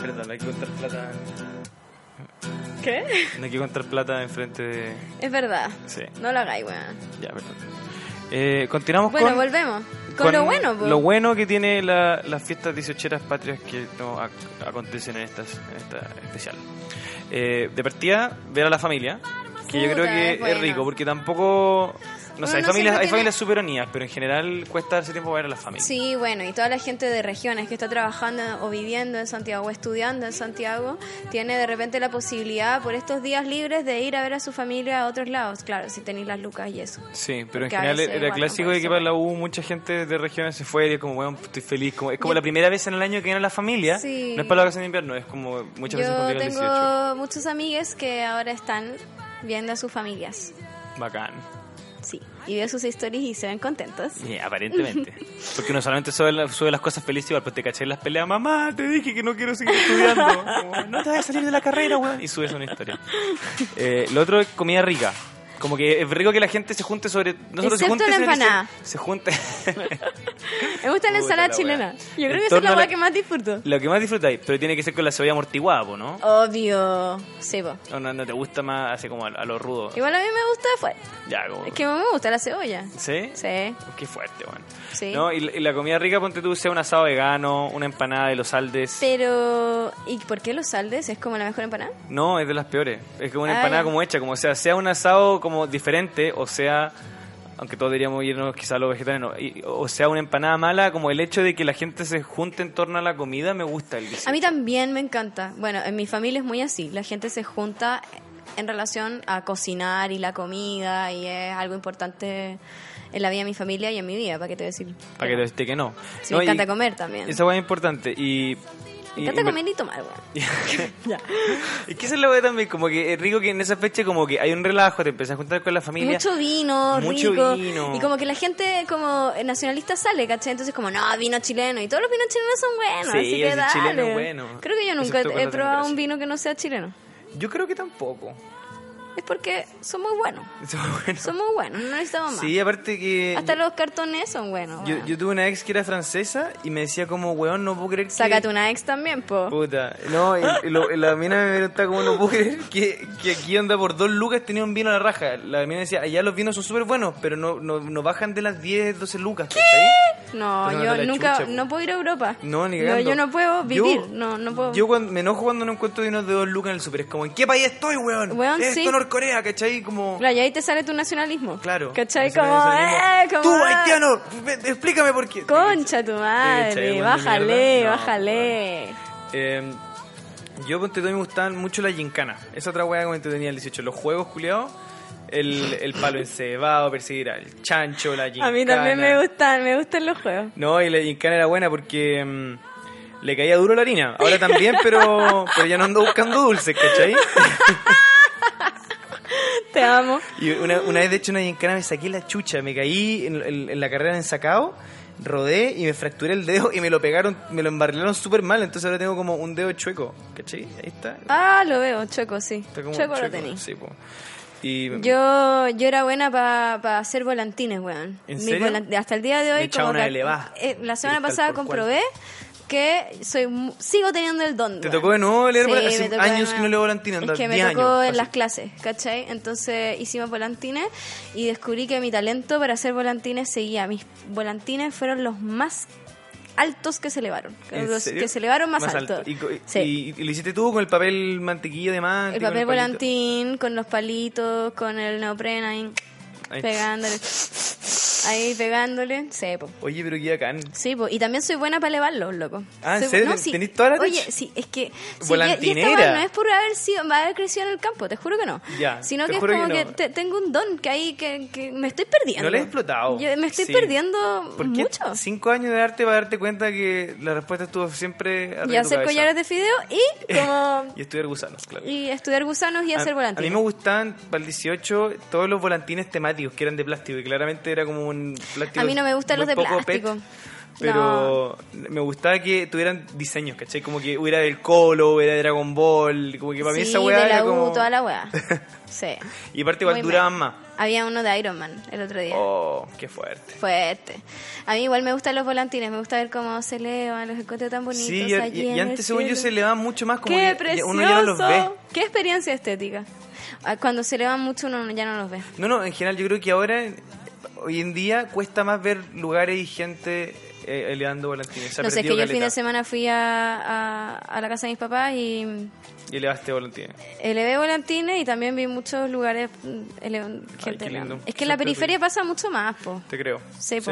Speaker 3: Perdón, hay que contar plata.
Speaker 4: ¿Qué?
Speaker 3: No hay que contar plata enfrente de.
Speaker 4: Es verdad.
Speaker 3: Sí.
Speaker 4: No lo hagáis, weón.
Speaker 3: Ya, perdón. Eh, continuamos
Speaker 4: Bueno,
Speaker 3: con.
Speaker 4: volvemos. Con, lo bueno, po.
Speaker 3: Lo bueno que tiene la- las fiestas 18 patrias que no ac- acontecen en, estas, en esta especial. Eh, de partida, ver a la familia, que yo
Speaker 4: Puta,
Speaker 3: creo que
Speaker 4: es
Speaker 3: es,
Speaker 4: bueno.
Speaker 3: rico, porque tampoco. No sé,
Speaker 4: Uno
Speaker 3: hay
Speaker 4: no
Speaker 3: familias,
Speaker 4: siempre
Speaker 3: hay
Speaker 4: tiene-
Speaker 3: familias súper unidas, pero en general cuesta darse tiempo para ver a la familia.
Speaker 4: Sí, bueno, y toda la gente de regiones que está trabajando o viviendo en Santiago o estudiando en Santiago tiene de repente la posibilidad por estos días libres de ir a ver a su familia a otros lados. Claro, si tenéis las lucas y eso.
Speaker 3: Sí, pero en
Speaker 4: Porque a
Speaker 3: general
Speaker 4: veces,
Speaker 3: era
Speaker 4: bueno,
Speaker 3: clásico
Speaker 4: puede
Speaker 3: de que
Speaker 4: ser.
Speaker 3: para la U mucha gente de regiones se fue y es como, bueno, estoy feliz. Como, es como
Speaker 4: Yo-
Speaker 3: la primera vez en el año que viene la familia.
Speaker 4: Sí.
Speaker 3: No es para la vacación de invierno, es como muchas
Speaker 4: Yo
Speaker 3: veces cuando llega el 18.
Speaker 4: tengo muchos amigos que ahora están viendo a sus familias.
Speaker 3: Bacán.
Speaker 4: Sí, y veo sus historias y se ven contentos.
Speaker 3: Eh, aparentemente. Porque no solamente sube, la- sube las cosas felices igual, pues te caché en las peleas, mamá, te dije que no quiero seguir estudiando. Como, no te vas a salir de la carrera, weón. Y subes una historia. Eh, lo otro es comida rica. Como que es rico que la gente se junte sobre. No solo se
Speaker 4: Excepto
Speaker 3: junte,
Speaker 4: la
Speaker 3: sino que se-
Speaker 4: empanada.
Speaker 3: Se junte.
Speaker 4: Me gusta la
Speaker 3: Puta
Speaker 4: ensalada
Speaker 3: la
Speaker 4: chilena.
Speaker 3: wea.
Speaker 4: Yo creo
Speaker 3: En
Speaker 4: que esa es
Speaker 3: torno
Speaker 4: la
Speaker 3: a
Speaker 4: weá
Speaker 3: la-
Speaker 4: que más disfruto.
Speaker 3: Lo que más disfrutáis, pero tiene que ser con la cebolla amortiguada, po, ¿no?
Speaker 4: Obvio. Sí, po.
Speaker 3: ¿O no, no te gusta más así como a, a lo rudo?
Speaker 4: Igual a mí me gusta fue.
Speaker 3: Ya, como...
Speaker 4: Es que me gusta la cebolla.
Speaker 3: ¿Sí? Oh,
Speaker 4: Sí.
Speaker 3: Qué fuerte, bueno.
Speaker 4: Sí.
Speaker 3: ¿No? Y, la- y la comida rica, ponte tú, sea un asado vegano, una empanada de los Aldes.
Speaker 4: Pero, ¿y por qué los saldes es como la mejor empanada?
Speaker 3: No, es de las peores. Es como una
Speaker 4: Ah,
Speaker 3: empanada
Speaker 4: ya.
Speaker 3: como hecha, como sea, sea un asado como diferente, o sea, aunque todos diríamos irnos quizá a los vegetarianos, y- o sea una empanada mala, como el hecho de que la gente se junte en torno a la comida me gusta el
Speaker 4: A
Speaker 3: diseño.
Speaker 4: mí también me encanta. Bueno, en mi familia es muy así. La gente se junta en relación a cocinar y la comida y es algo importante en la vida de mi familia y en mi vida, para qué te voy a decir.
Speaker 3: Para que te esté que no.
Speaker 4: Sí,
Speaker 3: No,
Speaker 4: me
Speaker 3: y-
Speaker 4: encanta comer también.
Speaker 3: Esa hueá es importante. Y,
Speaker 4: me
Speaker 3: y-
Speaker 4: encanta
Speaker 3: y
Speaker 4: comer y tomar, weón.
Speaker 3: Es que esa es la hueá también, como que es rico que en esa fecha como que hay un relajo, te empiezas a juntar con la familia.
Speaker 4: Mucho vino,
Speaker 3: Mucho
Speaker 4: rico.
Speaker 3: vino.
Speaker 4: Y como que la gente como eh, nacionalista sale, ¿cachai? Entonces como, no, vino chileno. Y todos los vinos chilenos son buenos,
Speaker 3: Sí,
Speaker 4: así
Speaker 3: ese
Speaker 4: que dale.
Speaker 3: chileno es bueno.
Speaker 4: Creo que yo nunca
Speaker 3: Excepto
Speaker 4: he
Speaker 3: cuando
Speaker 4: probado
Speaker 3: tengo
Speaker 4: un vino que no sea chileno.
Speaker 3: Yo creo que tampoco.
Speaker 4: Es porque son muy buenos.
Speaker 3: Eso es bueno.
Speaker 4: Son muy buenos, no necesitamos más.
Speaker 3: Sí, aparte que...
Speaker 4: Hasta
Speaker 3: yo-
Speaker 4: los cartones son buenos.
Speaker 3: Yo,
Speaker 4: weón.
Speaker 3: yo tuve una ex que era francesa y me decía como, weón, no puedo creer que...
Speaker 4: Sácate una ex también, po.
Speaker 3: Puta, no, y- y lo- y la mina me preguntaba como, no puedo creer que, que aquí anda por dos lucas tenía un vino a la raja. La mina decía, allá los vinos son súper buenos, pero no, no, no bajan de las 10, 12 lucas. ¿cachai?
Speaker 4: No,
Speaker 3: Te mando
Speaker 4: yo
Speaker 3: la
Speaker 4: nunca,
Speaker 3: chucha, po.
Speaker 4: no puedo ir a Europa.
Speaker 3: No, ni
Speaker 4: no,
Speaker 3: cagando.
Speaker 4: Yo no puedo
Speaker 3: Yo-
Speaker 4: vivir, no, no puedo.
Speaker 3: Yo cuando, me enojo cuando no encuentro vinos de dos lucas en el súper. Es como, ¿en qué país estoy, weón?
Speaker 4: Weón,
Speaker 3: Esto
Speaker 4: sí.
Speaker 3: es Norcorea, ¿cachai? Como...
Speaker 4: Claro, y ahí te sale tu nacionalismo.
Speaker 3: Claro.
Speaker 4: ¿Cachai?
Speaker 3: Así me
Speaker 4: Como,
Speaker 3: decía,
Speaker 4: eh, como...
Speaker 3: Tú, haitiano, ve- explícame por qué.
Speaker 4: Concha tu
Speaker 3: Te
Speaker 4: madre,
Speaker 3: eché, weón, de
Speaker 4: bájale,
Speaker 3: mierda. No,
Speaker 4: bájale.
Speaker 3: Eh, yo ponte tú, me gustaban mucho las gincanas. Esa otra weá que me entretenía el 18. Los juegos, culiados. El, el palo encebado, perseguir al chancho, la gincana.
Speaker 4: A mí también me gustan, me gustan los juegos.
Speaker 3: No, y la gincana era buena porque mm, le caía duro la harina. Ahora también, pero, pero ya no ando buscando dulces, ¿cachai?
Speaker 4: Te amo.
Speaker 3: Y una, una vez, de hecho, en una gincana me saqué la chucha. Me caí en, en- en la carrera en sacado, rodé y me fracturé el dedo y me lo pegaron, me lo embarrilaron súper mal. Entonces ahora tengo como un dedo chueco, ¿cachai? Ahí está.
Speaker 4: Ah, lo veo, chueco, sí.
Speaker 3: Está
Speaker 4: Chueco,
Speaker 3: como
Speaker 4: lo
Speaker 3: chueco,
Speaker 4: tení.
Speaker 3: sí, po. Y
Speaker 4: Yo, yo era buena para hacer volantines, weón.
Speaker 3: ¿En
Speaker 4: Mis
Speaker 3: serio?
Speaker 4: volan- hasta el día de
Speaker 3: Me
Speaker 4: hoy,
Speaker 3: echaba
Speaker 4: como
Speaker 3: una
Speaker 4: que-
Speaker 3: elevada.
Speaker 4: eh, la semana
Speaker 3: Y tal
Speaker 4: pasada
Speaker 3: por cual.
Speaker 4: comprobé que soy mu- sigo teniendo el don.
Speaker 3: ¿Te
Speaker 4: weón.
Speaker 3: tocó de nuevo leer
Speaker 4: Sí,
Speaker 3: volan-
Speaker 4: me
Speaker 3: hace
Speaker 4: tocó de
Speaker 3: años que
Speaker 4: nuevo.
Speaker 3: no leo volantín, anda,
Speaker 4: Es que me
Speaker 3: 10
Speaker 4: tocó
Speaker 3: años,
Speaker 4: en las
Speaker 3: fácil.
Speaker 4: clases, ¿cachai? Entonces hicimos volantines y descubrí que mi talento para hacer volantines seguía. Mis volantines fueron los más altos que se elevaron.
Speaker 3: ¿En
Speaker 4: Los
Speaker 3: serio?
Speaker 4: que se elevaron más,
Speaker 3: alto.
Speaker 4: altos.
Speaker 3: Y, co- y-
Speaker 4: Sí.
Speaker 3: y- y lo hiciste tú con el papel mantequilla de manta.
Speaker 4: El papel volantín con los palitos, con el neopreno ahí,
Speaker 3: Ahí.
Speaker 4: pegándole. Ahí pegándole. Sí, po.
Speaker 3: Oye, pero qué acá.
Speaker 4: Sí, po. Y también soy buena para elevarlos, loco.
Speaker 3: Ah, ¿en
Speaker 4: Soy-
Speaker 3: serio? ¿Tenés toda la
Speaker 4: Oye,
Speaker 3: tech?
Speaker 4: sí, es que. sí, y- y esta
Speaker 3: Volantinera.
Speaker 4: weá no es por haber, sido, haber crecido en el campo, te juro que no.
Speaker 3: Ya,
Speaker 4: Sino
Speaker 3: te
Speaker 4: que es
Speaker 3: juro que
Speaker 4: como que,
Speaker 3: no.
Speaker 4: te- tengo un don que ahí que, que me estoy perdiendo.
Speaker 3: No lo he explotado.
Speaker 4: Yo me estoy
Speaker 3: Sí.
Speaker 4: perdiendo
Speaker 3: ¿Por qué
Speaker 4: mucho.
Speaker 3: cinco años de arte para darte cuenta que la respuesta estuvo siempre arriba
Speaker 4: Y
Speaker 3: de tu
Speaker 4: hacer
Speaker 3: cabeza?
Speaker 4: collares de fideo y como.
Speaker 3: Y estudiar gusanos, claro.
Speaker 4: y estudiar gusanos y
Speaker 3: A-
Speaker 4: hacer
Speaker 3: A mí
Speaker 4: volantines.
Speaker 3: me gustaban para el 18 todos los volantines temáticos que eran de plástico y claramente era como un plástico.
Speaker 4: A mí no me gustan
Speaker 3: muy
Speaker 4: los de
Speaker 3: poco pet,
Speaker 4: plástico.
Speaker 3: pero me gustaba que tuvieran diseños, ¿cachai? Como que hubiera del Colo, hubiera de Dragon Ball, como que para mí
Speaker 4: Sí,
Speaker 3: esa weá
Speaker 4: de la
Speaker 3: era
Speaker 4: U,
Speaker 3: como.
Speaker 4: toda la weá. Sí.
Speaker 3: Y aparte igual
Speaker 4: Muy
Speaker 3: duraban
Speaker 4: mal.
Speaker 3: más.
Speaker 4: Había uno de Iron Man el otro día.
Speaker 3: Oh, qué fuerte.
Speaker 4: Fuerte. A mí igual me gustan los volantines, me gusta ver cómo se elevan, los encuentro tan bonitos.
Speaker 3: Sí, y,
Speaker 4: allí
Speaker 3: y- y
Speaker 4: en el
Speaker 3: antes según yo
Speaker 4: cielo.
Speaker 3: se elevaban mucho más como
Speaker 4: ¡Qué
Speaker 3: que ya-
Speaker 4: precioso!
Speaker 3: uno ya no los ve.
Speaker 4: ¡Qué experiencia estética! Ah, Cuando se elevan mucho uno ya no los ve.
Speaker 3: No, no, en general yo creo que ahora, hoy en día, cuesta más ver lugares y gente eh, elevando volantines. Se ha
Speaker 4: No sé, es que
Speaker 3: perdido
Speaker 4: yo el fin
Speaker 3: caleta.
Speaker 4: de semana fui a, a- a la casa de mis papás y
Speaker 3: Y elevaste volantines.
Speaker 4: elevé volantines y también vi muchos lugares mm, ele- gente.
Speaker 3: qué
Speaker 4: elevando.
Speaker 3: lindo.
Speaker 4: Es que en la
Speaker 3: Siempre
Speaker 4: periferia pasa mucho más, po.
Speaker 3: Te creo.
Speaker 4: Sí, po.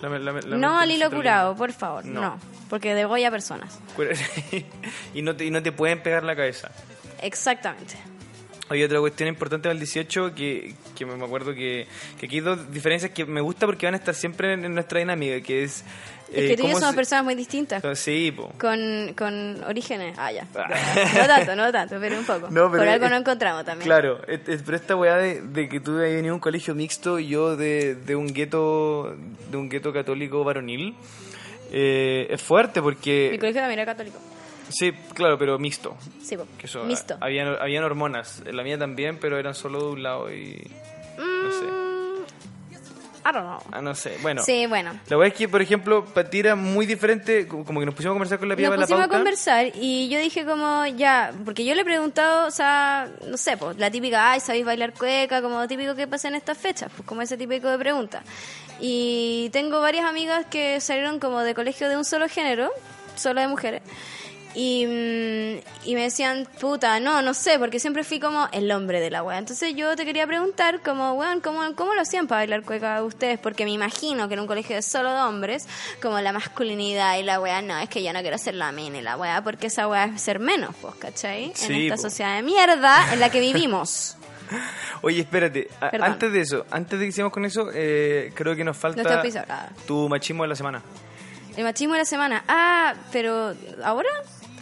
Speaker 3: Lame- lame-
Speaker 4: No
Speaker 3: lamento
Speaker 4: al hilo
Speaker 3: mucho,
Speaker 4: curado, por favor,
Speaker 3: No.
Speaker 4: no. porque degolla personas.
Speaker 3: Cura- y, no te, y no te pueden pegar la cabeza.
Speaker 4: Exactamente.
Speaker 3: Hay otra cuestión importante del 18 que, que me me acuerdo que, que aquí hay dos diferencias que me gusta porque van a estar siempre en, en nuestra dinámica, que es...
Speaker 4: Es
Speaker 3: eh,
Speaker 4: que tú y yo
Speaker 3: cómo
Speaker 4: somos
Speaker 3: se- Ah,
Speaker 4: personas muy distintas.
Speaker 3: Sí, po.
Speaker 4: Con, con orígenes. Ah, ya.
Speaker 3: Ah.
Speaker 4: No tanto, no tanto, pero un poco.
Speaker 3: No, pero
Speaker 4: Por algo
Speaker 3: es-
Speaker 4: no encontramos también.
Speaker 3: Claro, es- es- pero esta weá de, de que tú hayas venido a un colegio mixto y yo de, de un gueto de un gueto católico varonil eh, es fuerte
Speaker 4: Mi
Speaker 3: porque
Speaker 4: colegio también era católico.
Speaker 3: sí, claro, pero mixto.
Speaker 4: Sí, po.
Speaker 3: Que ah, eso,
Speaker 4: Mixto.
Speaker 3: Habían, habían hormonas, la mía también, pero eran solo de un lado y No sé.
Speaker 4: Mm, I don't know.
Speaker 3: Ah, no sé. Bueno.
Speaker 4: Sí, bueno.
Speaker 3: La verdad es que, por ejemplo, Patira muy diferente, como como que nos pusimos a conversar con la piba
Speaker 4: Nos
Speaker 3: de la
Speaker 4: pusimos a
Speaker 3: pauta.
Speaker 4: conversar y yo dije como ya, porque yo le he preguntado, o sea, no sé, pues la típica, ay, ¿sabéis bailar cueca? Como típico que pasa en estas fechas, pues como ese típico de pregunta. Y tengo varias amigas que salieron como de colegio de un solo género, solo de mujeres. Y, mm, y me decían, puta, no, no sé, porque siempre fui como el hombre de la wea. Entonces yo te quería preguntar, como, weón, ¿cómo, ¿cómo lo hacían para bailar cueca ustedes? Porque me imagino que en un colegio de solo de hombres, como la masculinidad y la wea, no, es que yo no quiero ser la mina y la wea, porque esa wea es ser menos, pues, ¿cachai? en
Speaker 3: Sí,
Speaker 4: esta
Speaker 3: po.
Speaker 4: sociedad de mierda en la que vivimos.
Speaker 3: Oye, espérate, a-
Speaker 4: Perdón.
Speaker 3: antes de eso, antes de que sigamos con eso, eh, creo que nos
Speaker 4: No estoy
Speaker 3: falta
Speaker 4: pisada.
Speaker 3: tu machismo de la semana.
Speaker 4: El machismo de la semana. Ah, pero, ¿ahora?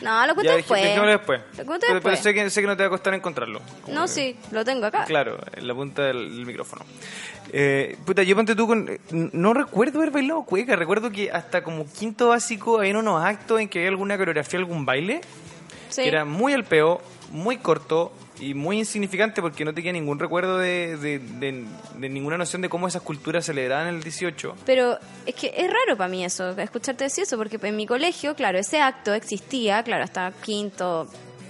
Speaker 4: No, lo cuento
Speaker 3: Ya, dej-
Speaker 4: después.
Speaker 3: dejémoslo después.
Speaker 4: Lo cuento
Speaker 3: Pero-
Speaker 4: después.
Speaker 3: Pero sé que, sé que no te va a costar encontrarlo. Como
Speaker 4: No,
Speaker 3: que-
Speaker 4: sí, lo tengo acá.
Speaker 3: Claro, en la punta del, del micrófono. Eh, puta, yo ponte tú con... eh, No recuerdo haber bailado cueca, recuerdo que hasta como quinto básico había unos actos en que había alguna coreografía, algún baile,
Speaker 4: Sí.
Speaker 3: que era muy al peo, muy corto y muy insignificante porque no tenía ningún recuerdo de, de- de- de ninguna noción de cómo esas culturas celebraban el 18.
Speaker 4: Pero es que es raro para mí eso, escucharte decir eso, porque en mi colegio, claro, ese acto existía, claro, hasta quinto,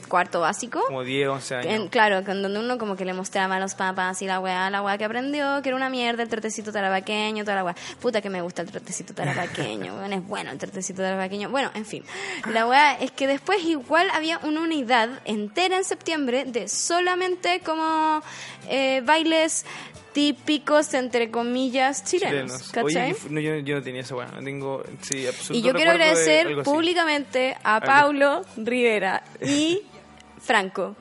Speaker 4: cuarto básico.
Speaker 3: Como 10, 11 años.
Speaker 4: En- claro, con donde uno como que le mostraba a los papás y la weá, la weá que aprendió, que era una mierda, el tratecito tarabaqueño, toda la weá. Puta que me gusta el tratecito tarabaqueño, weón, es bueno el tratecito tarabaqueño. Bueno, en fin. La weá es que después igual había una unidad entera en septiembre de solamente como eh, bailes típicos, entre comillas, chilenos.
Speaker 3: Chilenos.
Speaker 4: ¿cachai?
Speaker 3: Oye, y- no, yo, yo no tenía esa bueno, no tengo... Sí, absoluto
Speaker 4: Y yo quiero
Speaker 3: recuerdo de
Speaker 4: agradecer
Speaker 3: algo así.
Speaker 4: públicamente a
Speaker 3: ver.
Speaker 4: Paulo Rivera y Franco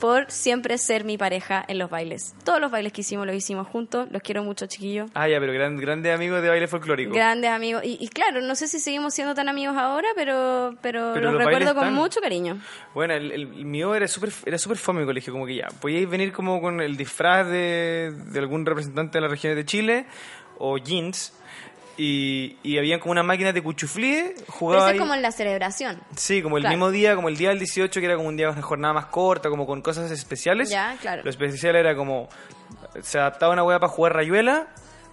Speaker 4: por siempre ser mi pareja en los bailes. Todos los bailes que hicimos los hicimos juntos. Los quiero mucho, chiquillos.
Speaker 3: Ah, ya, pero gran, grandes amigos de baile folclórico.
Speaker 4: Grandes amigos. Y, y claro, no sé si seguimos siendo tan amigos ahora, pero, pero,
Speaker 3: Pero
Speaker 4: los,
Speaker 3: los
Speaker 4: recuerdo
Speaker 3: bailes
Speaker 4: con
Speaker 3: están.
Speaker 4: mucho cariño.
Speaker 3: Bueno, el, el mío era súper era super fome el colegio, como que ya. Podíais venir como con el disfraz de, de algún representante de las regiones de Chile o jeans. Y, y habían como una máquina de cuchuflíe,
Speaker 4: Pero eso
Speaker 3: jugaba
Speaker 4: es como en la celebración.
Speaker 3: Sí, como el
Speaker 4: Claro.
Speaker 3: mismo día, como el día del 18, que era como un día, una jornada más corta, como con cosas especiales.
Speaker 4: Ya, claro.
Speaker 3: Lo especial era como, se adaptaba una hueá para jugar rayuela,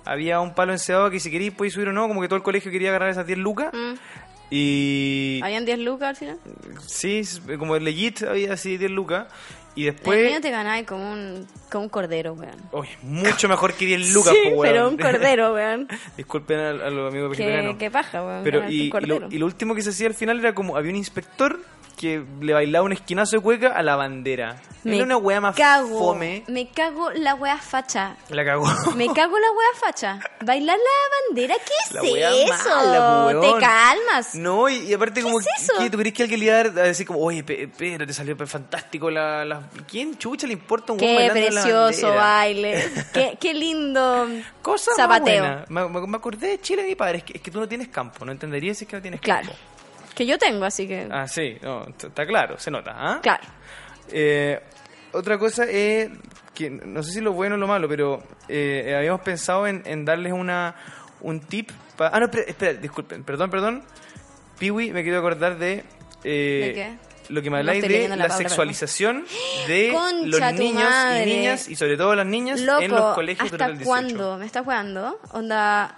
Speaker 3: había un palo encebado que si queréis podéis subir o no, como que todo el colegio quería agarrar esas 10 lucas.
Speaker 4: Mm.
Speaker 3: Y
Speaker 4: ¿Habían 10 lucas al final?
Speaker 3: sí, s- como legit había así 10 lucas. Y
Speaker 4: el
Speaker 3: después...
Speaker 4: mío te ganaba como un, como un cordero, weón.
Speaker 3: Oye, mucho mejor que 10 lucas,
Speaker 4: sí,
Speaker 3: po, weón.
Speaker 4: pero un cordero, weón.
Speaker 3: Disculpen a, a los amigos
Speaker 4: qué,
Speaker 3: vegetarianos.
Speaker 4: qué paja, weón.
Speaker 3: Pero
Speaker 4: ganarte
Speaker 3: y,
Speaker 4: un
Speaker 3: y
Speaker 4: cordero.
Speaker 3: lo, y lo último que se hacía al final era como había un inspector que le bailaba un esquinazo de cueca a la bandera.
Speaker 4: Me
Speaker 3: era una weá más
Speaker 4: cago,
Speaker 3: fome.
Speaker 4: Me cago la wea facha.
Speaker 3: La cagó.
Speaker 4: Me cago la wea facha. Bailar la bandera,
Speaker 3: La
Speaker 4: ¿qué
Speaker 3: weá
Speaker 4: es eso?
Speaker 3: mala, po, weón.
Speaker 4: Te calmas.
Speaker 3: No, y, y aparte como
Speaker 4: es eso?
Speaker 3: que tú querías que alguien le iba a dar- a decir como, oye, pe- Pedro, te salió pe- fantástico la, la- ¿Quién chucha le importa un
Speaker 4: Qué
Speaker 3: weón bailando la
Speaker 4: precioso
Speaker 3: bandera?
Speaker 4: baile. Qué, qué lindo
Speaker 3: Cosa más
Speaker 4: zapateo.
Speaker 3: buena. Me, me- me acordé de Chile de mi padre, es que, es que tú no tienes campo, no entenderías si es que no tienes
Speaker 4: Claro.
Speaker 3: campo.
Speaker 4: Que yo tengo, así que.
Speaker 3: Ah, sí, no, t- está claro, se nota, ¿ah?
Speaker 4: Claro.
Speaker 3: Eh, otra cosa es que no sé si lo bueno o lo malo, pero eh, habíamos pensado en, en darles una un tip para. Ah, no, espera, espera, disculpen, perdón, perdón. Piwi, me quiero acordar de. eh,
Speaker 4: ¿De
Speaker 3: Lo que me
Speaker 4: No
Speaker 3: habláis
Speaker 4: estoy
Speaker 3: de
Speaker 4: leyendo la
Speaker 3: la
Speaker 4: palabra,
Speaker 3: sexualización de los
Speaker 4: Concha tu
Speaker 3: niños
Speaker 4: madre.
Speaker 3: y niñas, y sobre todo las niñas,
Speaker 4: Loco,
Speaker 3: en los colegios
Speaker 4: ¿hasta
Speaker 3: durante el 18.
Speaker 4: cuándo? ¿Me estás jugando? Onda.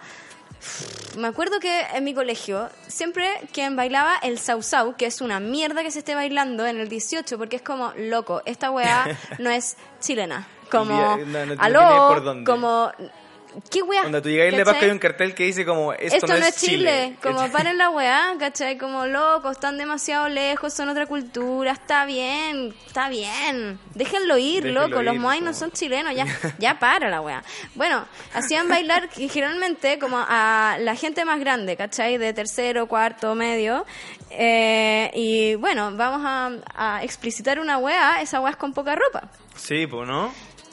Speaker 4: Me acuerdo que en mi colegio siempre quien bailaba el sausau, que es una mierda que se esté bailando en el 18, porque es como, loco, esta weá no es chilena. Como,
Speaker 3: día- no, no tiene-
Speaker 4: aló,
Speaker 3: tiene por dónde.
Speaker 4: como, ¿qué weá?
Speaker 3: Cuando tú llegáis de
Speaker 4: ¿Cachai?
Speaker 3: Pascua hay un cartel que dice como esto,
Speaker 4: Esto, no es Chile, como
Speaker 3: ¿Cachai?
Speaker 4: paren la weá, ¿cachai? Como, loco, están demasiado lejos, son otra cultura, está bien, está bien. Déjenlo ir,
Speaker 3: Déjenlo
Speaker 4: loco, los
Speaker 3: ir,
Speaker 4: moai no
Speaker 3: como-
Speaker 4: son chilenos, ya, ya para la wea. Bueno, hacían bailar que generalmente como a la gente más grande, ¿cachai? De tercero, cuarto, medio. Eh, y bueno, vamos a, a explicitar una wea, esa wea es con poca ropa.
Speaker 3: Sí, pues, ¿no?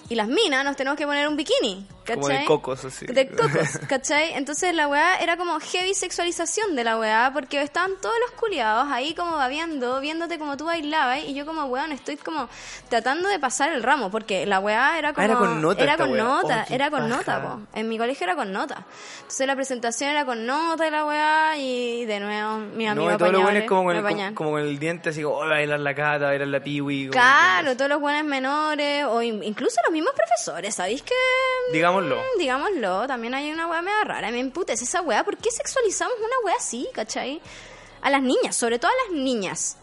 Speaker 4: Y las minas nos tenemos que poner un bikini. ¿Cachai?
Speaker 3: Como de cocos, así.
Speaker 4: De cocos, ¿cachai? Entonces la weá era como heavy sexualización de la weá, porque estaban todos los culiados ahí como babeando, viéndote como tú bailabas, y yo como weón, estoy como tratando de pasar el ramo, porque la weá era como.
Speaker 3: Ah,
Speaker 6: era con nota
Speaker 4: Era
Speaker 6: esta
Speaker 4: con
Speaker 6: weá.
Speaker 4: nota,
Speaker 6: Oh, qué
Speaker 4: era con
Speaker 6: paja.
Speaker 4: nota, po. En mi colegio era con nota. Entonces la presentación era con nota de la weá, y de nuevo mi amigo
Speaker 3: No, y todo lo bueno es
Speaker 4: apañable,
Speaker 3: como con,
Speaker 4: me
Speaker 3: el, como,
Speaker 4: apañan.
Speaker 3: como con el diente, así como, oh, bailar la cata, bailar la piwi. como que-
Speaker 4: Claro, todos los buenos menores, o in- incluso los mismos profesores, ¿sabéis que?
Speaker 3: Digámoslo.
Speaker 4: Mm, Digámoslo, también hay una weá media rara. Me emputes esa weá, ¿por qué sexualizamos una weá así, cachai? A las niñas, sobre todo a las niñas.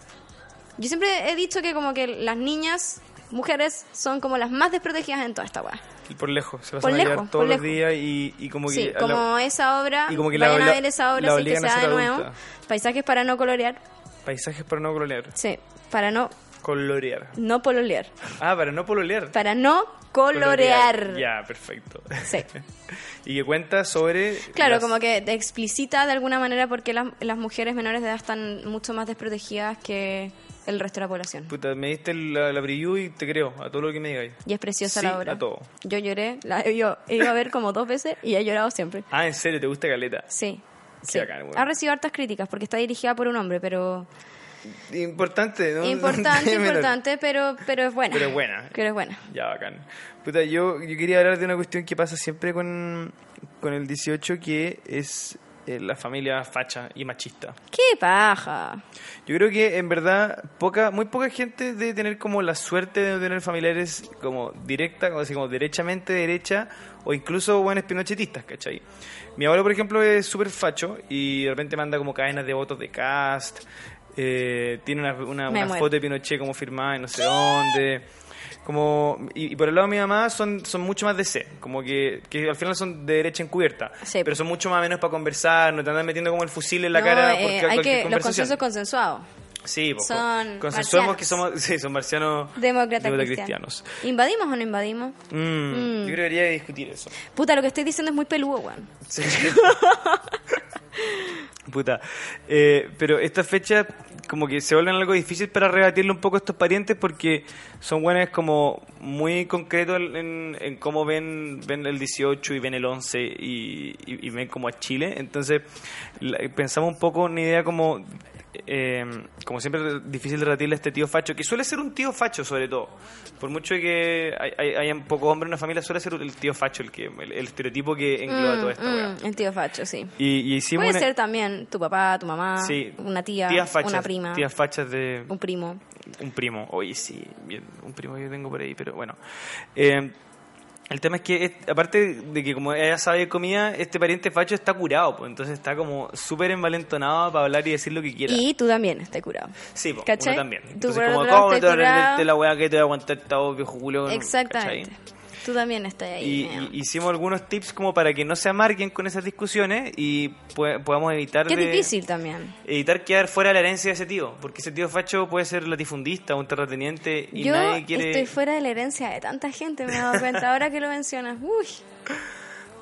Speaker 4: Yo siempre he dicho que como que las niñas, mujeres, son como las más desprotegidas en toda esta weá.
Speaker 3: Y Por lejos, se
Speaker 4: Por
Speaker 3: pasan a
Speaker 4: lejos,
Speaker 3: llevar
Speaker 4: por
Speaker 3: todos los
Speaker 4: lejos.
Speaker 3: días y, y como que.
Speaker 4: Sí,
Speaker 3: a la-
Speaker 4: como esa obra,
Speaker 3: y como que la-
Speaker 4: vayan
Speaker 3: la-
Speaker 4: a ver esa
Speaker 3: la
Speaker 4: obra, si es que
Speaker 3: obligan a
Speaker 4: sea de
Speaker 3: ser
Speaker 4: nuevo.
Speaker 3: adulta.
Speaker 4: Paisajes para no colorear,
Speaker 3: Paisajes para no colorear.
Speaker 4: sí, para no,
Speaker 3: Colorear.
Speaker 4: no pololear,
Speaker 3: Ah, para no pololear.
Speaker 4: para no colorear.
Speaker 3: Ya, perfecto.
Speaker 4: Sí.
Speaker 3: y que cuenta sobre.
Speaker 4: Claro,
Speaker 3: las-
Speaker 4: como que te explicita de alguna manera por qué las, las mujeres menores de edad están mucho más desprotegidas que el resto de la población.
Speaker 3: Puta, me diste la, la preview y te creo, a todo lo que me digáis.
Speaker 4: Y es preciosa
Speaker 3: Sí,
Speaker 4: la obra.
Speaker 3: a todo.
Speaker 4: Yo lloré, la, yo he ido a ver como dos veces y he llorado siempre.
Speaker 3: Ah, en serio, ¿te gusta Caleta?
Speaker 4: Sí.
Speaker 3: Qué
Speaker 4: sí.
Speaker 3: bacán, bueno.
Speaker 4: Ha recibido hartas críticas porque está dirigida por un hombre, pero...
Speaker 3: Importante, ¿no?
Speaker 4: Importante,
Speaker 3: No menor.
Speaker 4: importante, pero, pero es buena.
Speaker 3: Pero es buena.
Speaker 4: Pero es buena.
Speaker 3: Ya, bacán. Puta, yo, yo quería hablar de una cuestión que pasa siempre con, con el 18, que es eh, la familia facha y machista.
Speaker 4: ¡Qué paja!
Speaker 3: Yo creo que en verdad poca, muy poca gente debe tener como la suerte de tener familiares como directa, como decir, como derechamente derecha, o incluso buenos pinochetistas, ¿cachai? Mi abuelo, por ejemplo, es súper facho y de repente manda como cadenas de votos de cast, eh, tiene una, una,
Speaker 4: Me
Speaker 3: una
Speaker 4: muero.
Speaker 3: foto de Pinochet como firmada en no sé dónde. Como, y, y por el lado de mi mamá son, son mucho más de C, como que, que al final son de derecha encubierta,
Speaker 4: Sí.
Speaker 3: pero son mucho más menos para conversar, no te andan metiendo como el fusil en la
Speaker 4: No,
Speaker 3: cara.
Speaker 4: eh,
Speaker 3: porque
Speaker 4: hay
Speaker 3: cualquier
Speaker 4: que... Los consensos
Speaker 3: conversación.
Speaker 4: consensuados.
Speaker 3: Sí, pues,
Speaker 4: Son
Speaker 3: consensuamos
Speaker 4: marcianos.
Speaker 3: que somos, sí, son marcianos
Speaker 4: Demócratas
Speaker 3: demócratas
Speaker 4: cristianos. ¿Invadimos o no invadimos?
Speaker 3: Mm,
Speaker 4: Mm.
Speaker 3: Yo creo que debería discutir eso.
Speaker 4: Puta, lo que estoy diciendo es muy peludo, weón.
Speaker 3: Sí. Puta. Eh, pero estas fechas como que se vuelven algo difícil para rebatirle un poco a estos parientes porque son buenas como muy concretos en, en cómo ven ven el 18 y ven el 11 y, y- y ven como a Chile. Entonces la- pensamos un poco en una idea como... eh, como siempre difícil de rebatirle a este tío facho, que suele ser un tío facho sobre todo. Por mucho que hay- hay- hayan pocos hombres en una familia, suele ser el tío facho el que el, el estereotipo que engloba
Speaker 4: Mm,
Speaker 3: toda esta
Speaker 4: mm,
Speaker 3: weá.
Speaker 4: El tío facho, sí.
Speaker 3: Y, y hicimos
Speaker 4: Puede
Speaker 3: una-
Speaker 4: ser también tu papá, tu mamá,
Speaker 3: sí,
Speaker 4: una tía,
Speaker 3: tías fachas,
Speaker 4: una prima,
Speaker 3: Tías fachas de
Speaker 4: un primo.
Speaker 3: un primo. Oye, sí, bien, un primo que tengo por ahí, pero bueno. Eh, el tema es que, es- aparte de que como ella sabe de comida, este pariente facho está curado, pues, entonces está como súper envalentonado para hablar y decir lo que quiera.
Speaker 4: Y tú también estás curado.
Speaker 3: Sí, pues,
Speaker 4: ¿Cachai?
Speaker 3: uno también.
Speaker 4: Tú
Speaker 3: Entonces,
Speaker 4: por
Speaker 3: como,
Speaker 4: otro lado
Speaker 3: ¿cómo te
Speaker 4: estás
Speaker 3: vas a renderte
Speaker 4: curado?
Speaker 3: la weá que te voy a aguantar esta voz, viejo culo?
Speaker 4: Exactamente.
Speaker 3: ¿Cachai?
Speaker 4: Tú también estás ahí.
Speaker 3: Y,
Speaker 4: mea.
Speaker 3: y hicimos algunos tips como para que no se amarguen con esas discusiones y pue- podamos evitar
Speaker 4: Qué
Speaker 3: de-
Speaker 4: difícil también.
Speaker 3: evitar quedar fuera de la herencia de ese tío, porque ese tío facho puede ser latifundista, un terrateniente y
Speaker 4: Yo
Speaker 3: nadie quiere.
Speaker 4: estoy fuera de la herencia de tanta gente, me he dado cuenta ahora que lo mencionas. Uy,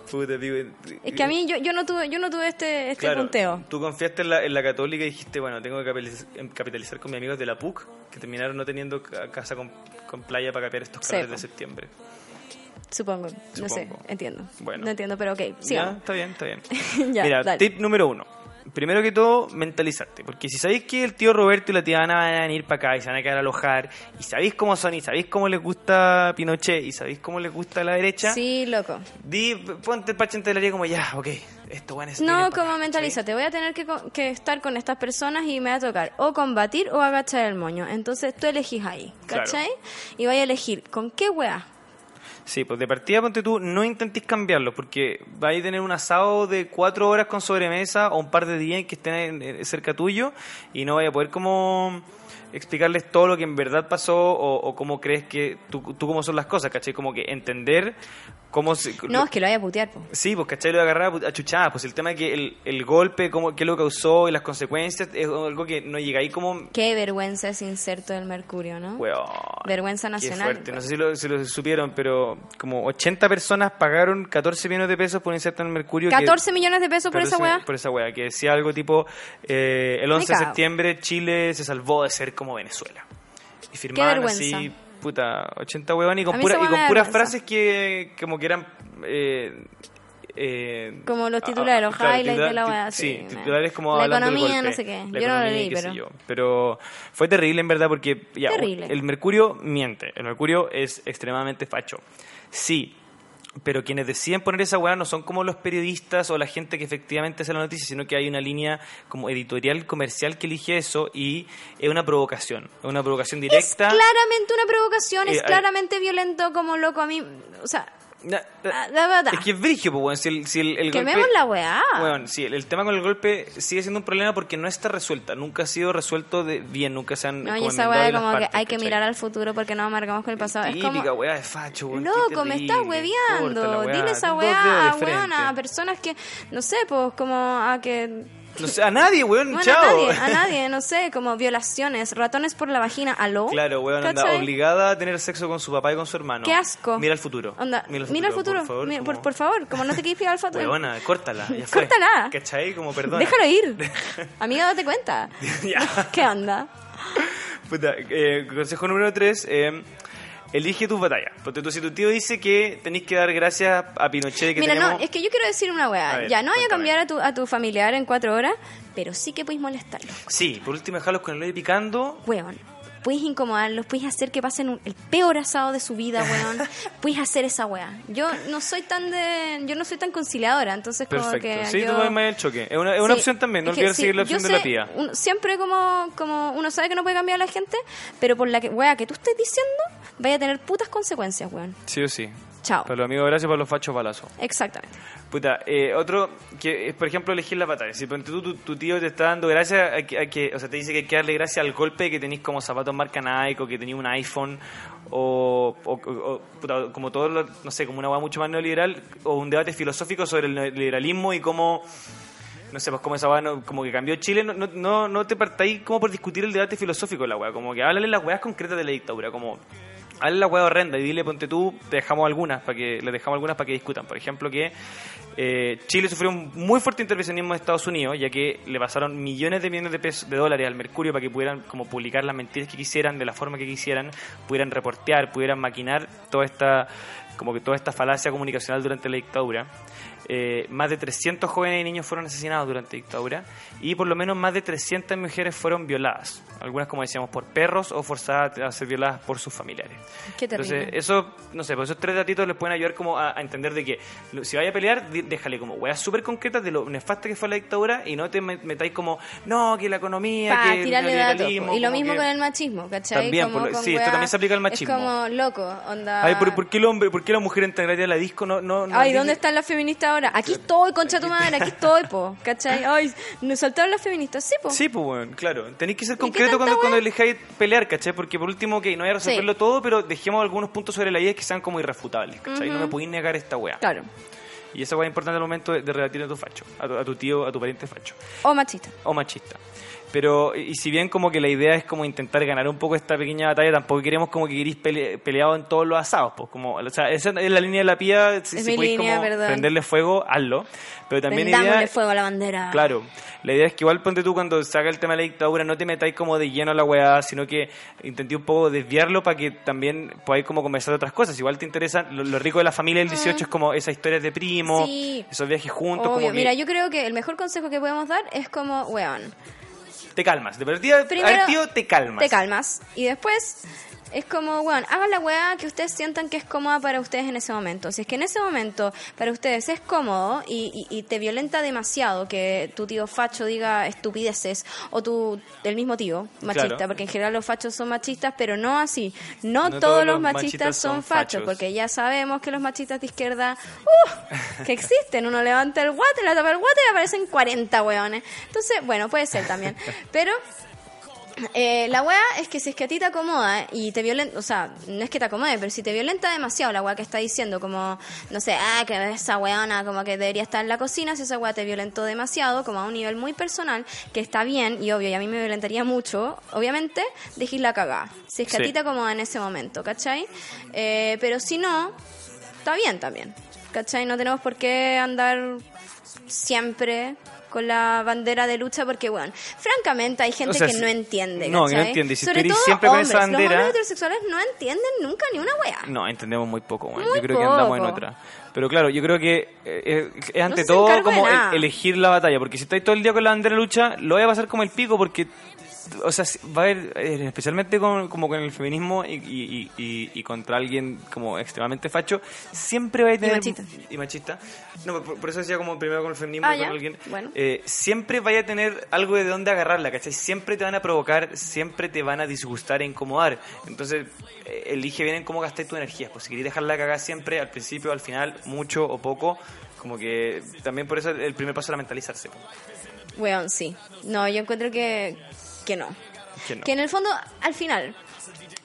Speaker 3: Puta, digo,
Speaker 4: es que a mí yo, yo no tuve yo no tuve este, este
Speaker 3: claro,
Speaker 4: punteo.
Speaker 3: Tú confiaste en la, en la católica y dijiste, bueno, tengo que capitaliz- em, capitalizar con mis amigos de la PUC, que terminaron no teniendo ca- casa con, con playa para capear estos
Speaker 4: Sí,
Speaker 3: calores
Speaker 4: po.
Speaker 3: de septiembre.
Speaker 4: Supongo. No sé,
Speaker 3: Supongo.
Speaker 4: entiendo.
Speaker 3: Bueno.
Speaker 4: No entiendo, pero ok,
Speaker 3: Ya,
Speaker 4: sigamos.
Speaker 3: está bien, está bien.
Speaker 4: Ya,
Speaker 3: Mira,
Speaker 4: dale.
Speaker 3: tip número uno. Primero que todo, mentalizarte. Porque si sabéis que el tío Roberto y la tía Ana van a venir para acá y se van a quedar a alojar, y sabéis cómo son, y sabéis cómo les gusta Pinochet, y sabéis cómo les gusta la derecha,
Speaker 4: Sí, loco.
Speaker 3: di, ponte el parche en área como ya, ok, esto bueno es.
Speaker 4: No, como mentalízate, voy a tener que, co- que estar con estas personas y me va a tocar o combatir o agachar el moño. Entonces tú elegís ahí,
Speaker 3: Claro.
Speaker 4: ¿cachai? Y vais a elegir con qué weá.
Speaker 3: Sí, pues de partida ponte tú, no intentéis cambiarlo, porque vais a tener un asado de cuatro horas con sobremesa o un par de días en que estén en- en- cerca tuyo y no vaya a poder como explicarles todo lo que en verdad pasó o, o cómo crees que tú, tú cómo son las cosas, ¿cachai? Como que entender cómo se...
Speaker 4: No, es que lo vaya a putear, po.
Speaker 3: Sí, pues cachai lo agarraba a chuchadas. Pues el tema de que el, el golpe, cómo, qué lo causó y las consecuencias, es algo que no llega ahí como
Speaker 4: Qué vergüenza ese inserto del mercurio, ¿no?
Speaker 3: Weón,
Speaker 4: Vergüenza nacional.
Speaker 3: Qué fuerte. No sé si lo, si lo supieron, pero como 80 personas pagaron 14 millones de pesos por un inserto en el Mercurio. que-
Speaker 4: 14 millones de pesos por esa
Speaker 3: 14
Speaker 4: weá.
Speaker 3: Por esa weá, que decía algo tipo: eh, el 11 de
Speaker 4: cago.
Speaker 3: septiembre Chile se salvó de ser como Venezuela. Y firmaban
Speaker 4: vergüenza.
Speaker 3: así puta, 80 huevones y
Speaker 4: A
Speaker 3: con,
Speaker 4: mí
Speaker 3: pura-
Speaker 4: esa
Speaker 3: y
Speaker 4: hueá me
Speaker 3: con
Speaker 4: da
Speaker 3: puras
Speaker 4: vergüenza.
Speaker 3: frases que como que eran... eh, eh,
Speaker 4: Como los
Speaker 3: ah,
Speaker 4: titulares, los
Speaker 3: claro,
Speaker 4: highlights
Speaker 3: titula-
Speaker 4: de la weá,
Speaker 3: ti-
Speaker 4: sí,
Speaker 3: Sí,
Speaker 4: me-
Speaker 3: titulares como
Speaker 4: La
Speaker 3: hablando del
Speaker 4: economía,
Speaker 3: golpe,
Speaker 4: no sé qué.
Speaker 3: la
Speaker 4: Yo no lo
Speaker 3: economía,
Speaker 4: leí,
Speaker 3: qué sé
Speaker 4: pero-
Speaker 3: yo. Pero fue terrible en verdad porque ya,
Speaker 4: Terrible.
Speaker 3: el mercurio miente, el mercurio es extremadamente facho. Sí, pero quienes deciden poner esa weá no son como los periodistas o la gente que efectivamente hace la noticia, sino que hay una línea como editorial comercial que elige eso y es una provocación, es una provocación
Speaker 4: Es
Speaker 3: directa.
Speaker 4: claramente una provocación,
Speaker 3: Eh,
Speaker 4: es
Speaker 3: eh.
Speaker 4: claramente violento como loco a mí. O sea,
Speaker 3: Na-
Speaker 4: Ah, da, da, da.
Speaker 3: Es que es brigio, pues, weón. Si el, si el, el golpe-
Speaker 4: quememos la weá.
Speaker 3: Weón, sí, el, el tema con el golpe sigue siendo un problema porque no está resuelta. Nunca ha sido resuelto de bien, nunca se han.
Speaker 4: No, y
Speaker 3: como
Speaker 4: esa
Speaker 3: enmendado
Speaker 4: weá de
Speaker 3: bien las
Speaker 4: como que
Speaker 3: partes,
Speaker 4: hay que
Speaker 3: ¿cachai?
Speaker 4: mirar al futuro porque nos amargamos con el pasado. Es
Speaker 3: Típica
Speaker 4: como,
Speaker 3: weá de facho, weón. qué
Speaker 4: loco, me estás
Speaker 3: terrible, corta la
Speaker 4: hueveando.
Speaker 3: weá,
Speaker 4: Dile esa
Speaker 3: con dos dedos
Speaker 4: weá,
Speaker 3: de frente.
Speaker 4: weón, a personas que, no sé, pues como a que...
Speaker 3: No sé, a nadie, weón,
Speaker 4: Bueno,
Speaker 3: chao.
Speaker 4: a nadie, a nadie, no sé, como violaciones, ratones por la vagina, aló.
Speaker 3: Claro, weón, anda
Speaker 4: ¿Cachai?
Speaker 3: obligada a tener sexo con su papá y con su hermano.
Speaker 4: Qué asco.
Speaker 3: Mira el futuro.
Speaker 4: Onda, mira el futuro,
Speaker 3: por favor.
Speaker 4: mira- por,
Speaker 3: como-
Speaker 4: por favor, como no te quieres fijar al futuro.
Speaker 3: Weona, córtala. ya fue.
Speaker 4: Córtala.
Speaker 3: ¿Cachai? Como perdón.
Speaker 4: Déjalo ir. Amiga, date cuenta.
Speaker 3: Ya.
Speaker 4: ¿Qué onda?
Speaker 3: Puta, eh, consejo número 3. elige tus batallas. Porque tú, si tu tío dice que tenéis que dar gracias a Pinochet de que
Speaker 4: Mira,
Speaker 3: teníamos-
Speaker 4: no, es que yo quiero decir una
Speaker 3: A
Speaker 4: weá.
Speaker 3: ver,
Speaker 4: ya, no vaya a
Speaker 3: cuéntame.
Speaker 4: cambiar a tu, a tu familiar en cuatro horas, pero sí que puedes molestarlo.
Speaker 3: Sí, por último, dejarlos con el hoyo picando.
Speaker 4: Weón, puedes incomodarlos, puedes hacer que pasen un- el peor asado de su vida, weón. puedes hacer esa weá. Yo no soy tan de, yo no soy tan conciliadora, entonces como que
Speaker 3: Perfecto. Sí,
Speaker 4: yo...
Speaker 3: tú vas más el choque. Es una, es una
Speaker 4: Sí,
Speaker 3: opción también, no
Speaker 4: es que
Speaker 3: olvides
Speaker 4: sí,
Speaker 3: seguir la
Speaker 4: yo
Speaker 3: opción de la
Speaker 4: sé,
Speaker 3: tía.
Speaker 4: un- siempre como, como uno sabe que no puede cambiar a la gente, pero por la que, weá que tú estés diciendo, vaya a tener putas consecuencias, weón.
Speaker 3: Sí o sí.
Speaker 4: Chao.
Speaker 3: Para los amigos, gracias, para los fachos, balazo.
Speaker 4: Exactamente.
Speaker 3: Puta, eh, otro que es, por ejemplo, elegir la batalla. Si ponte tú, tu, tu tío te está dando gracias a que, a que- o sea, te dice que hay que darle gracias al golpe que tenéis como zapatos marca Nike o que tenéis un iPhone o, o- o- o, puta, como todo, lo- no sé, como una hueá mucho más neoliberal o un debate filosófico sobre el neoliberalismo y cómo, no sé, pues cómo esa hueá no- como que cambió Chile. No, no, no, no te partáis como por discutir el debate filosófico de la hueá, como que háblale las hueás concretas de la dictadura, como Hazle la hueá horrenda y dile, ponte tú, te dejamos algunas para que, les dejamos algunas para que discutan. Por ejemplo, que eh, Chile sufrió un muy fuerte intervencionismo de Estados Unidos, ya que le pasaron millones de millones de pesos de dólares al Mercurio para que pudieran como publicar las mentiras que quisieran, de la forma que quisieran, pudieran reportear, pudieran maquinar toda esta, como que toda esta falacia comunicacional durante la dictadura. Eh, más de 300 jóvenes y niños fueron asesinados durante la dictadura y por lo menos más de 300 mujeres fueron violadas. Algunas, como decíamos, por perros o forzadas a ser violadas por sus familiares.
Speaker 4: Qué terrible.
Speaker 3: Entonces, eso, no sé, pues esos tres datitos les pueden ayudar como a, a entender de que lo- si vaya a pelear, di- déjale como weas súper concretas de lo nefasta que fue la dictura y no te met- metáis como, no, que la economía,
Speaker 4: Pa,
Speaker 3: que el
Speaker 4: tirarle datos.
Speaker 3: neoliberalismo,
Speaker 4: po. Y lo
Speaker 3: como
Speaker 4: mismo
Speaker 3: que-
Speaker 4: con el machismo, ¿cachai?
Speaker 3: También,
Speaker 4: Como
Speaker 3: por lo-
Speaker 4: con
Speaker 3: sí, esto
Speaker 4: weá-
Speaker 3: también se aplica al machismo.
Speaker 4: Es como loco, onda.
Speaker 3: Ay, pero ¿por qué el hombre, por qué la mujer entra gratis a la disco? No, no, no
Speaker 4: Ay,
Speaker 3: dice-
Speaker 4: ¿dónde están las feministas ahora? Aquí estoy, concha tu madre, aquí estoy, po. ¿Cachai? Ay, nos saltaron las feministas, sí, po.
Speaker 3: Sí, pues, bueno, claro. Tenéis que ser
Speaker 4: qué
Speaker 3: concreto
Speaker 4: tanta
Speaker 3: cuando,
Speaker 4: wea?
Speaker 3: cuando elijáis pelear, ¿cachai? Porque por último, que no hay a resolverlo
Speaker 4: Sí.
Speaker 3: todo, pero dejemos algunos puntos sobre la idea que sean como irrefutables, ¿cachai? No me podéis negar esta wea.
Speaker 4: Claro.
Speaker 3: Y esa wea es importante al momento de, de rebatir a tu facho, a tu, a tu tío, a tu pariente facho
Speaker 4: O machista.
Speaker 3: o machista. Pero, y y si bien como que la idea es como intentar ganar un poco esta pequeña batalla, tampoco queremos como que queréis pele- peleado en todos los asados, pues como, o sea, esa es la línea de la pía, si,
Speaker 4: Es
Speaker 3: si
Speaker 4: mi
Speaker 3: podéis
Speaker 4: línea,
Speaker 3: como
Speaker 4: perdón.
Speaker 3: prenderle fuego, hazlo. Pero también la
Speaker 4: Prendámosle
Speaker 3: idea,
Speaker 4: fuego Ah. a la bandera.
Speaker 3: Claro, la idea es que igual ponte tú cuando saca el tema de la dictadura, no te metáis como de lleno a la weá, sino que intenté un poco desviarlo para que también podáis como conversar de otras cosas. Igual te interesa, lo, lo rico de la familia del 18 es como esas historias de primo,
Speaker 4: Ah. Sí.
Speaker 3: esos viajes juntos,
Speaker 4: Obvio.
Speaker 3: como que
Speaker 4: Mira, yo creo que el mejor consejo que podemos dar es como, weón,
Speaker 3: te calmas. De partida,
Speaker 4: Primero,
Speaker 3: al tío te calmas.
Speaker 4: te calmas. Y después es como, weón, hagan la weá que ustedes sientan que es cómoda para ustedes en ese momento. Si es que en ese momento para ustedes es cómodo y, y- y te violenta demasiado que tu tío facho diga estupideces o tu, el mismo tío machista,
Speaker 3: Claro.
Speaker 4: porque en general los fachos son machistas, pero no así. No,
Speaker 3: No
Speaker 4: todos, los machistas, son, fachos,
Speaker 3: fachos.
Speaker 4: porque ya sabemos que los machistas de izquierda, ¡uh! que existen. Uno levanta el guate, la tapa el guate y aparecen 40 weones. Entonces, bueno, puede ser también. Pero eh, la weá es que si es que a ti te acomoda y te violenta, o sea, no es que te acomode, pero si te violenta demasiado la weá que está diciendo, como, no sé, ah, que esa weona como que debería estar en la cocina, si esa weá te violentó demasiado, como a un nivel muy personal, que está bien, y obvio, y a mí me violentaría mucho, obviamente, dejís la cagada. Si es que
Speaker 3: Sí.
Speaker 4: a ti te acomoda en ese momento, ¿cachai? Eh, pero si no, está bien también, ¿cachai? No tenemos por qué andar siempre con la bandera de lucha porque, bueno, francamente hay gente
Speaker 3: O sea,
Speaker 4: que
Speaker 3: si-
Speaker 4: no entiende.
Speaker 3: no, que no
Speaker 4: ¿cachai?
Speaker 3: entiende. Y si
Speaker 4: Sobre
Speaker 3: tú eres
Speaker 4: todo
Speaker 3: siempre con
Speaker 4: hombres.
Speaker 3: esa
Speaker 4: Los
Speaker 3: bandera-
Speaker 4: hombres heterosexuales no entienden nunca ni una wea.
Speaker 3: No, entendemos muy poco, weón.
Speaker 4: Muy
Speaker 3: Yo creo que andamos en
Speaker 4: poco.
Speaker 3: otra. Pero claro, yo creo que eh, eh, es ante
Speaker 4: se
Speaker 3: todo
Speaker 4: encarga
Speaker 3: como
Speaker 4: de
Speaker 3: el-
Speaker 4: nada.
Speaker 3: elegir la batalla. Porque si estáis todo el día con la bandera lucha, lo voy a pasar como el pico porque... O sea, si- va a haber, eh, especialmente con, como con el feminismo y, y- y- y- y contra alguien como extremadamente facho, siempre va a tener...
Speaker 4: machista.
Speaker 3: y machista. No, por, por eso decía como primero con el feminismo
Speaker 4: Ah,
Speaker 3: y con
Speaker 4: ya.
Speaker 3: alguien...
Speaker 4: Bueno.
Speaker 3: eh, siempre vaya a tener algo de dónde agarrarla, ¿cachai? Siempre te van a provocar, siempre te van a disgustar e incomodar. Entonces, eh, elige bien en cómo gastar tu energía. Pues si querés dejarla cagar siempre, al principio, al final, mucho o poco, como que también por eso el primer paso era mentalizarse. pues.
Speaker 4: Weón, sí. No, yo encuentro que, que no.
Speaker 3: Que no.
Speaker 4: en el fondo, al final,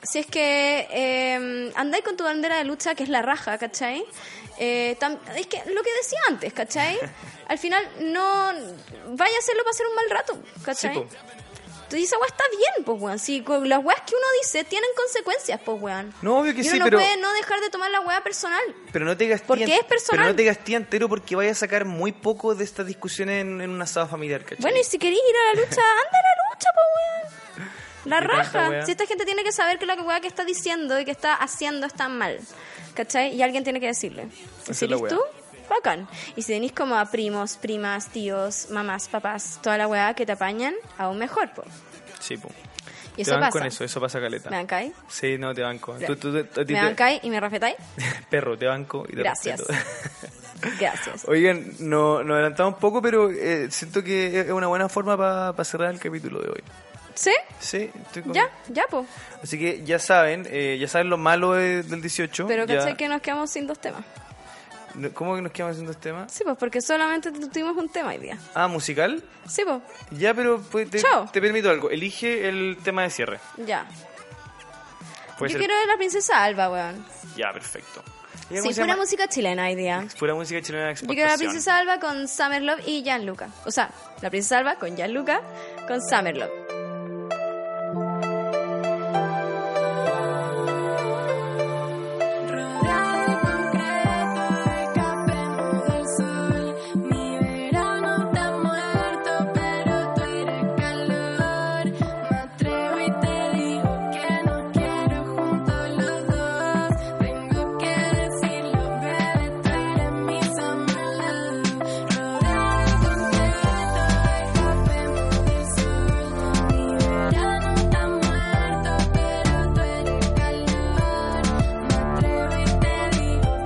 Speaker 4: si es que eh, andáis con tu bandera de lucha, que es la raja, ¿cachai? Eh, tam- es que lo que decía antes, ¿cachai? Al final, no vaya a hacerlo para hacer un mal rato,
Speaker 3: Sí, pues.
Speaker 4: ¿cachai?
Speaker 3: po.
Speaker 4: Entonces esa weá está bien, pues weón. Si con las weas que uno dice tienen consecuencias, pues weón.
Speaker 3: No, obvio
Speaker 4: Y
Speaker 3: que
Speaker 4: uno
Speaker 3: sí,
Speaker 4: no
Speaker 3: pero-
Speaker 4: puede no dejar de tomar la wea personal.
Speaker 3: Pero no te gasté
Speaker 4: Porque
Speaker 3: en-
Speaker 4: es personal.
Speaker 3: Pero no te gasté entero porque vaya a sacar muy poco de estas discusiones en, en un asado familiar, ¿cachai?
Speaker 4: Bueno, y si queréis ir a la lucha, anda a la lucha, pues weón. La
Speaker 3: Y tanta
Speaker 4: raja.
Speaker 3: wea.
Speaker 4: Si esta gente tiene que saber que la weá que está diciendo y que está haciendo está mal. ¿Cachai? Y alguien tiene que decirle. Y
Speaker 3: es
Speaker 4: Si
Speaker 3: la
Speaker 4: eres
Speaker 3: wea.
Speaker 4: tú, bacán. Y si venís como a primos, primas, tíos, mamás, papás, toda la weá que te apañan, aún mejor, pues.
Speaker 3: Sí, po.
Speaker 4: Y
Speaker 3: te
Speaker 4: eso
Speaker 3: van
Speaker 4: pasa.
Speaker 3: con eso, eso pasa caleta.
Speaker 4: ¿Me bancáis?
Speaker 3: Sí, no, te banco. Tú, tú- tú- a ti
Speaker 4: ¿Me
Speaker 3: te-
Speaker 4: bancáis y me respetáis?
Speaker 3: Perro, te banco y te
Speaker 4: Gracias.
Speaker 3: respeto.
Speaker 4: Gracias.
Speaker 3: Oigan, no- nos adelantamos un poco, pero eh, siento que es una buena forma para cerrar el capítulo de hoy.
Speaker 4: ¿Sí?
Speaker 3: Sí, estoy con-
Speaker 4: Ya, ya, pues.
Speaker 3: Así que ya saben, eh, ya saben lo malo de- del 18.
Speaker 4: Pero
Speaker 3: ya-
Speaker 4: caché que nos quedamos sin dos temas.
Speaker 3: No, ¿Cómo que nos quedamos haciendo este tema?
Speaker 4: Sí, pues porque solamente tu- tuvimos un tema hoy día.
Speaker 3: Ah, musical.
Speaker 4: Sí, pues.
Speaker 3: Ya, pero pues, te,
Speaker 4: Chao.
Speaker 3: te permito algo. Elige el tema de cierre.
Speaker 4: Ya.
Speaker 3: Puede
Speaker 4: Yo
Speaker 3: ser-
Speaker 4: quiero ver la princesa Alba, weón.
Speaker 3: Ya, perfecto. ¿Y
Speaker 4: Sí,
Speaker 3: cómo se
Speaker 4: pura
Speaker 3: llama?
Speaker 4: música chilena hoy día.
Speaker 3: Pura música chilena de
Speaker 4: Yo quiero la
Speaker 3: exportación.
Speaker 4: princesa Alba con Summer Love y Gianluca. O sea, la princesa Alba con Gianluca con Summer Love.
Speaker 6: Rodeado concreto de campemos del sol, mi verano está muerto, pero tú eres calor. Me atrevo y te digo que no quiero juntos los dos. Tengo que decirlo, bebé, tú eres mi summer Rodeado concreto de campemos del sol, mi verano está muerto, pero tú eres calor. Me atrevo y te digo que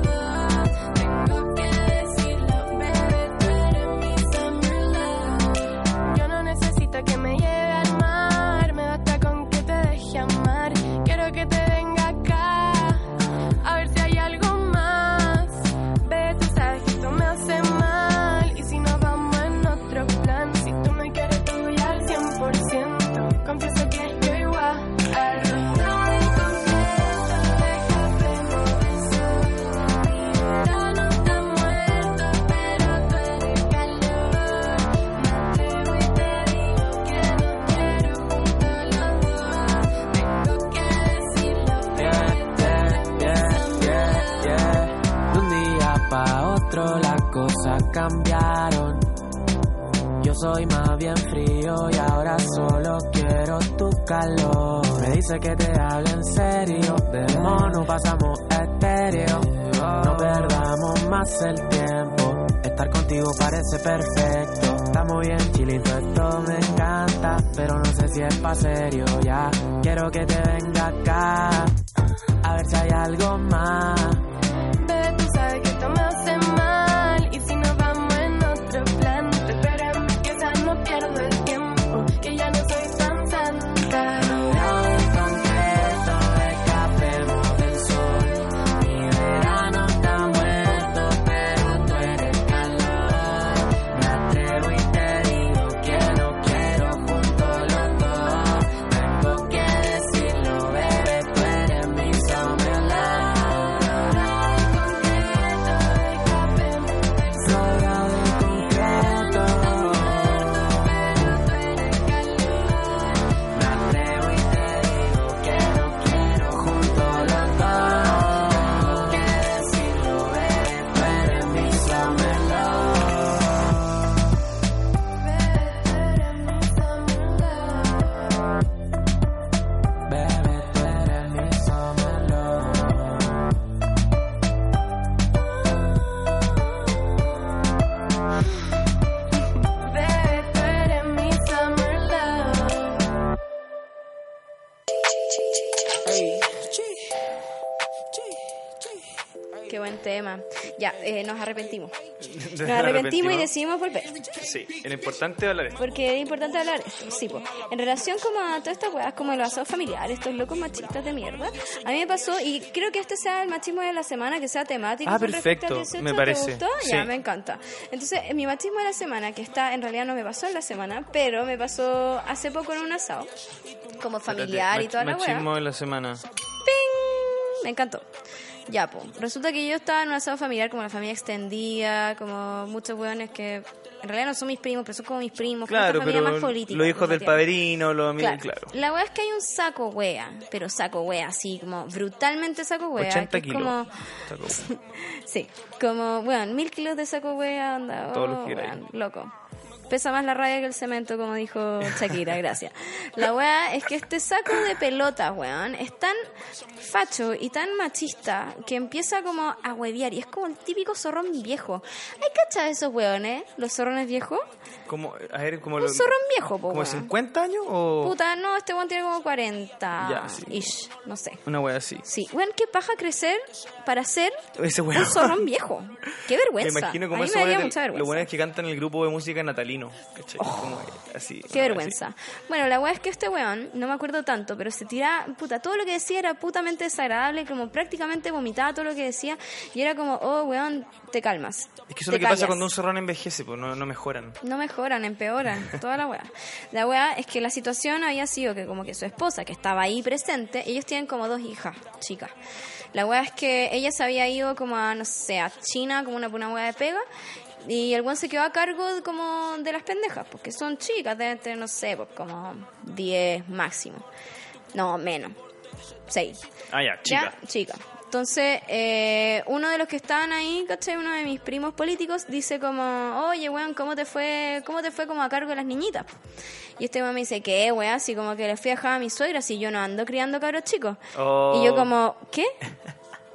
Speaker 6: no quiero juntos los dos. Tengo que decirlo, bebé, tú eres mi summer love. Yo no necesito que me lleve al mar, me basta con que te deje amar. Quiero que te venga acá, a ver si hay algo más. Ve, tú sabes que esto me hace mal. Y si nos vamos en otro plan, si tú me quieres, te doy al 100%. Confieso que yo igual. verano está muerto, pero tú eres calor. Me atrevo y te digo que no quiero juntos los dos. Tengo que decirlo,
Speaker 7: yeah, yeah, yeah, yeah, yeah. De un día pa' otro las cosas cambiaron. Yo soy más bien frío y ahora solo quiero tu calor. Me dice que te hable en serio, de mono pasamos a estéreo. No perdamos más el tiempo, estar contigo parece perfecto. Está muy bien, chilito, esto me encanta, pero no sé si es pa' serio ya. Quiero que te venga acá, a ver si hay algo más.
Speaker 6: Bebé, tú sabes que esto me hace mal Y si nos vamos en otro plan Te espero en mi casa, no pierdo el tiempo Que ya no soy tan santa
Speaker 7: Rodeado de concreto, escapemos del sol. Mi verano está muerto, pero tú eres calor. Me atrevo y te digo que no quiero juntos los dos. Tengo que decirlo, bebé, tú eres mi sombra.
Speaker 4: poema. Ya, eh, nos arrepentimos. Nos
Speaker 3: Nos
Speaker 4: arrepentimos y
Speaker 3: arrepentimos.
Speaker 4: decidimos volver.
Speaker 3: Sí, lo importante es hablar esto.
Speaker 4: Porque es importante hablar esto, sí, po. En relación como a todas estas weas, como los asados familiares, estos locos machistas de mierda, a mí me pasó, y creo que este sea el machismo de la semana, que sea temático.
Speaker 3: Ah,
Speaker 4: con respecto al
Speaker 3: perfecto,
Speaker 4: 18,
Speaker 3: me
Speaker 4: ¿te
Speaker 3: parece,
Speaker 4: gustó?
Speaker 3: sí.
Speaker 4: Ya, me encanta. Entonces, eh, mi machismo de la semana, que está, en realidad no me pasó en la semana, pero me pasó hace poco en un asado, como familiar y toda la wea.
Speaker 3: Machismo de la semana.
Speaker 4: ¡Ping! Me encantó. Ya, pues. Resulta que yo estaba en un asado familiar, como la familia extendida, como muchos hueones que en realidad no son mis primos, pero son como mis primos, como esta
Speaker 3: Claro,
Speaker 4: familia
Speaker 3: pero
Speaker 4: más política.
Speaker 3: los hijos
Speaker 4: como
Speaker 3: del
Speaker 4: tiene.
Speaker 3: padrino, los amigos,
Speaker 4: Claro.
Speaker 3: claro.
Speaker 4: La wea es que hay un saco wea, pero saco wea, así como brutalmente saco wea.
Speaker 3: 80
Speaker 4: que es
Speaker 3: kilos.
Speaker 4: Como,
Speaker 3: Sacó.
Speaker 4: sí, como, weón, mil kilos de saco wea, onda,
Speaker 3: Todo lo
Speaker 4: oh,
Speaker 3: que queráis.
Speaker 4: weón, loco. Pesa más la raya que el cemento, como dijo Shakira, gracias. La wea es que este saco de pelotas, weón, es tan facho y tan machista que empieza como a hueviar y es como el típico zorrón viejo. ¿Hay cachado esos weones, los zorrones viejos?
Speaker 3: Como, a ver, como
Speaker 4: Un
Speaker 3: lo-
Speaker 4: zorrón viejo, po,
Speaker 3: ¿Como
Speaker 4: weón.
Speaker 3: 50 años o
Speaker 4: Puta, no, este weón tiene como 40
Speaker 3: Ya, sí.
Speaker 4: ish, no sé.
Speaker 3: una wea así?
Speaker 4: Sí, weón, qué paja crecer para ser
Speaker 3: Ese
Speaker 4: un
Speaker 3: weón.
Speaker 4: zorrón viejo. Qué
Speaker 3: Me
Speaker 4: vergüenza.
Speaker 3: imagino como
Speaker 4: a mí
Speaker 3: eso
Speaker 4: me daría
Speaker 3: del-
Speaker 4: mucha vergüenza. Oh,
Speaker 3: Lo bueno es que cantan el grupo de música natalino. ¿cachai? Como, así, una
Speaker 4: Qué
Speaker 3: wea
Speaker 4: vergüenza. Bueno, la weá es que este weón, no me acuerdo tanto, pero se tiraba, puta, todo lo que decía era putamente desagradable, como prácticamente vomitaba todo lo que decía, y era como, oh weón, te calmas.
Speaker 3: así. Es que eso es lo
Speaker 4: te
Speaker 3: que pasa
Speaker 4: callas.
Speaker 3: cuando un zorrón envejece, pues no, no mejoran.
Speaker 4: No mejoran, empeoran, toda la weá. La weá es que la situación había sido que como que su esposa, que estaba ahí presente, ellos tienen como dos hijas, chicas. La weá es que ella se había ido como a, no sé, a China, como una, una weá de pega, y el weón se quedó a cargo de- como de las pendejas, porque son chicas, deben tener, no sé, pues como 10 máximo. No, menos. 6.
Speaker 3: Ah, ya, chica.
Speaker 4: Ya, chica. Entonces, eh, uno de los que estaban ahí, ¿cachai? Uno de mis primos políticos dice como, oye, weón, ¿cómo te fue, cómo te fue como a cargo de las niñitas? Y este weón me dice, ¿qué, weón? Así como que les fui a dejar a mi suegra, si yo no ando criando cabros chicos.
Speaker 3: Oh.
Speaker 4: Y yo como, ¿qué?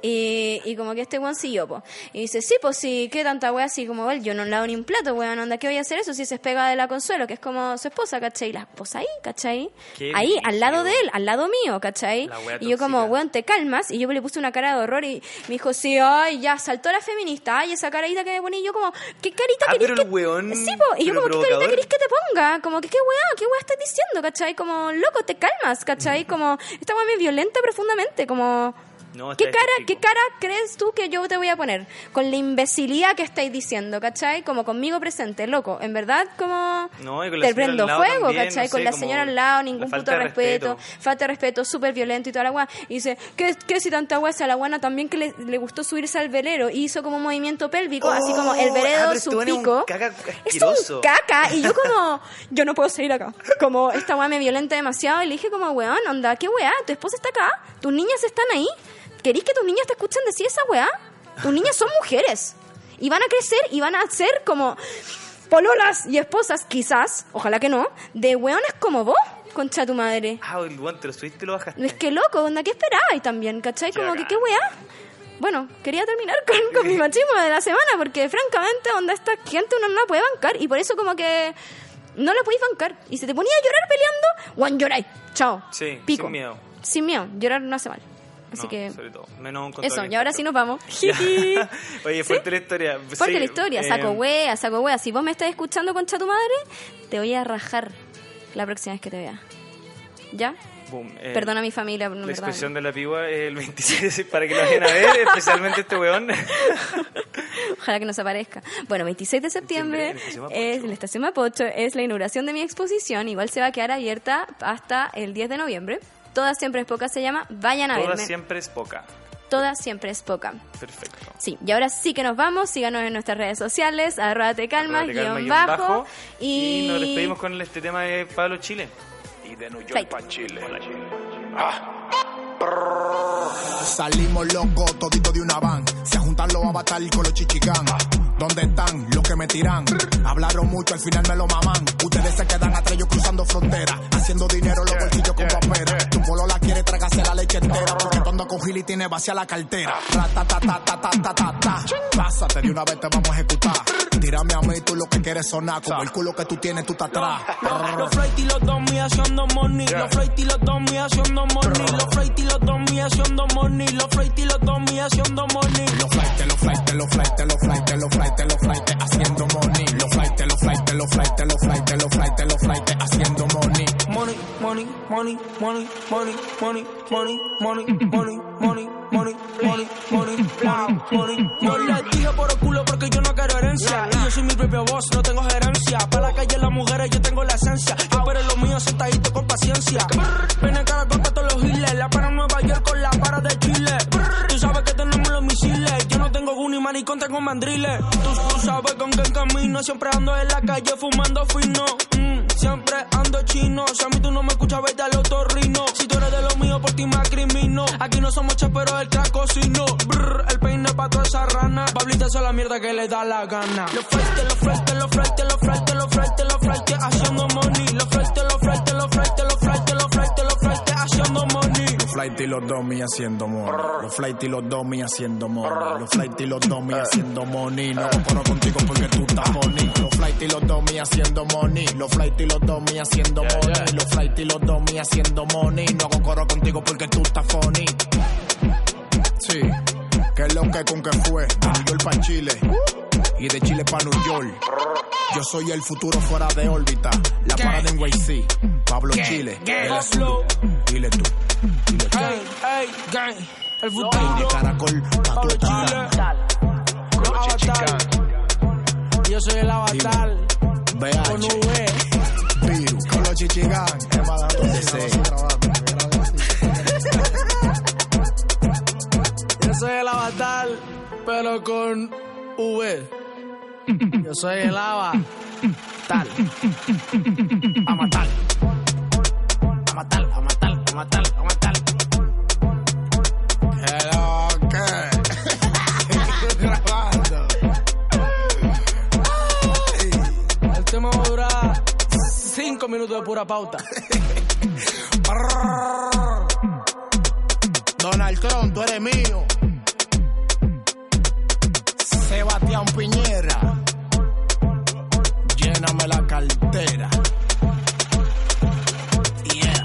Speaker 4: Y, y como que este weón siguió, po. Y dice, sí, pues sí, qué tanta wea, así como, él, yo no lavo ni un plato, weón, onda, ¿qué voy a hacer eso si se es pega de la Consuelo, que es como su esposa, ¿cachai? La esposa ahí, ¿cachai?
Speaker 3: Qué
Speaker 4: ahí, al lado de
Speaker 3: brígido.
Speaker 4: él, al lado mío, ¿cachai?
Speaker 3: La wea
Speaker 4: Y yo como,
Speaker 3: tóxica.
Speaker 4: weón, te calmas. Y yo le puse una cara de horror y me dijo, sí, ay, ya, saltó la feminista, ay, esa carita que me ponía. Y yo como, ¿qué carita
Speaker 3: Ah,
Speaker 4: querís
Speaker 3: pero el
Speaker 4: que-
Speaker 3: weón-
Speaker 4: Sí, po. Y yo como,
Speaker 3: pero
Speaker 4: ¿qué carita
Speaker 3: provocador.
Speaker 4: querís que te ponga? Como que, ¿qué weá? ¿Qué weá estás diciendo? ¿Cachai? Como, loco, te calmas, ¿cachai? Como, esta weá me violenta profundamente, como...
Speaker 3: No, está este
Speaker 4: ¿Qué cara,
Speaker 3: despectivo.
Speaker 4: ¿Qué cara crees tú que yo te voy a poner? Con la imbecilidad que estáis diciendo, ¿cachai? Como conmigo presente, loco. En verdad, como...
Speaker 3: No, y con la
Speaker 4: te
Speaker 3: señora
Speaker 4: prendo
Speaker 3: al lado
Speaker 4: fuego,
Speaker 3: también,
Speaker 4: ¿cachai?
Speaker 3: no
Speaker 4: con
Speaker 3: sé,
Speaker 4: la
Speaker 3: como
Speaker 4: señora al lado,
Speaker 3: la
Speaker 4: ningún
Speaker 3: falta
Speaker 4: puto
Speaker 3: de
Speaker 4: respeto.
Speaker 3: respeto.
Speaker 4: Falta de respeto, súper violento y toda la weá. Y dice, ¿qué, qué si tanta weá? Si a la guana también que le, le gustó subirse al velero y hizo como un movimiento pélvico, así como el
Speaker 3: Oh, ah,
Speaker 4: velero,
Speaker 3: pero
Speaker 4: su
Speaker 3: este weón es un
Speaker 4: pico.
Speaker 3: caca
Speaker 4: es un
Speaker 3: asqueroso.
Speaker 4: caca. Y yo como, yo no puedo seguir acá. Como esta weá me violenta demasiado. Y le dije como, weón, onda, ¿qué weá? Tu esposa está acá, tus niñas están ahí. ¿Querís que tus niñas te escuchen decir esa weá? Tus niñas son mujeres. Y van a crecer y van a ser como pololas y esposas, quizás, ojalá que no, de weones como vos, concha tu madre.
Speaker 3: Ah, el guante, lo subiste y lo bajaste.
Speaker 4: No es que loco, onda, ¿qué esperabais también? ¿Cachai? Como que qué weá. Bueno, quería terminar con, con mi machismo de la semana, porque francamente, onda, esta gente uno no la puede bancar, y por eso como que no la podéis bancar. Y se te ponía a llorar peleando, guan, lloráis. Chao.
Speaker 3: Sí,
Speaker 4: Pico.
Speaker 3: sin miedo.
Speaker 4: Sin miedo, llorar no hace mal. Así
Speaker 3: No,
Speaker 4: que...
Speaker 3: sobre todo. Menos con
Speaker 4: Eso,
Speaker 3: todo el
Speaker 4: y ahora sí nos vamos. Jiji.
Speaker 3: Oye,
Speaker 4: ¿Sí?
Speaker 3: fuerte la historia.
Speaker 4: Fuerte
Speaker 3: Sí,
Speaker 4: la historia,
Speaker 3: eh,
Speaker 4: saco wea, saco wea. Si vos me estás escuchando, concha tu madre, te voy a rajar la próxima vez que te vea. ¿Ya?
Speaker 3: boom, eh,
Speaker 4: Perdona a mi familia, no,
Speaker 3: La
Speaker 4: en verdad,
Speaker 3: expresión
Speaker 4: no.
Speaker 3: de la piba es el 26 para que la vayan a ver, especialmente este weón.
Speaker 4: Ojalá que nos aparezca. Bueno, 26 de septiembre
Speaker 3: Septiembre, en la
Speaker 4: es la estación Mapocho, es la inauguración de mi exposición. Igual se va a quedar abierta hasta el 10 de noviembre. Todas siempre es poca se llama. Vayan a
Speaker 3: Toda
Speaker 4: verme.
Speaker 3: siempre es poca.
Speaker 4: Todas siempre es poca.
Speaker 3: Perfecto.
Speaker 4: Sí, y ahora sí que nos vamos. Síganos en nuestras redes sociales, arroba te calmas,
Speaker 3: Arroba Te Calma,
Speaker 4: guión
Speaker 3: guión
Speaker 4: bajo.
Speaker 3: Y... nos despedimos con este tema de Pablo Chile.
Speaker 8: Y de New
Speaker 4: Fake.
Speaker 8: York para Chile.
Speaker 9: Salimos locos todito de una van. Se juntan los avatar con los chichicán. ¿Dónde están los que me tiran? Hablaron mucho, al final me lo maman. Ustedes se quedan atrás, yo cruzando fronteras. Haciendo dinero, los bolsillos con papera. Tu polo la quiere tragarse la leche entera. Porque cuando con Gil y tiene vacía la cartera. Ra, ta, ta, ta, ta, ta, ta, ta, ta. Pásate de una vez, te vamos a ejecutar. Tírame a mí, tú lo que quieres sonar. Como el culo que tú tienes, tú te atrás.
Speaker 7: Los flighty los dos míos haciendo money. Los flighty los dos míos haciendo money. Los flighty los dos míos haciendo money. money, los flight y los dummy haciendo money.
Speaker 9: Los flight, los flight, los flight, los flight, los flight, los flight, haciendo money. Los flight, los flight, los flight, los flight, los flight, los flight, haciendo money.
Speaker 7: Money, money, money, money, money, money, money, money, money, money, money, money, money, money, money. Yo les dije por el culo porque yo no quiero herencia. Y yo soy mi propio boss, no tengo gerencia. Para la calle las mujeres yo tengo la esencia. Yo pero lo mío sentadito con paciencia. Viene cada copa todos los giles. La para Nueva York con la para de Chile. Tú sabes que tenemos los misiles. Yo no tengo guni, maricón, tengo mandriles. Tú, tú sabes con qué camino. Siempre ando en la calle fumando fino. Mm, siempre ando chino. Si a mí tú no me escuchas, vete al otorrino. Si tú eres de lo mío, por ti me acrimino. Aquí no somos chaperos, el crack cocino. Brr, el peine pa' toda esa rana. Pablita es la mierda que le da la gana. Los fuerte, los fuerte, los fuerte, los fuerte, los fuerte, los fuerte, haciendo money. Los fuerte, los fuerte, los fuerte, los fuerte, los fuerte, los fuerte, haciendo money.
Speaker 9: Los flight y los dummy haciendo money. Los flight y los dummy haciendo money. Los flight y los dummy haciendo money. No comparo contigo porque tú estás money. Los flight y los dummy haciendo money. Los flight y los dummy haciendo money. Los flight y los dummy haciendo money. No comparo contigo porque tú estás funny. Sí. Que es lo que con que fue? De New York pa' Chile. Y de Chile pa' New York. Yo soy el futuro fuera de órbita. La parada en Waze. Pablo Chile. Él es zurdo. Dile tú.
Speaker 7: Ey, ey, gang,
Speaker 9: Peine,
Speaker 7: el futuro.
Speaker 9: caracol,
Speaker 7: Pablo
Speaker 9: patuchita.
Speaker 7: Chile. Los avatar. Yo soy el avatar. Con
Speaker 9: BH,
Speaker 7: V.
Speaker 9: virus, con los chichigán, donde
Speaker 7: Yo soy el avatar, pero con V. Yo soy el avatar. A matar. A matar, a matar, a matar, a matar.
Speaker 9: Hello, ¿qué? Grabando.
Speaker 7: El tema va a durar 5 minutos de pura pauta.
Speaker 9: Donald Trump, tú eres mío. Sebastián Piñera. Lléname la cartera. Yeah.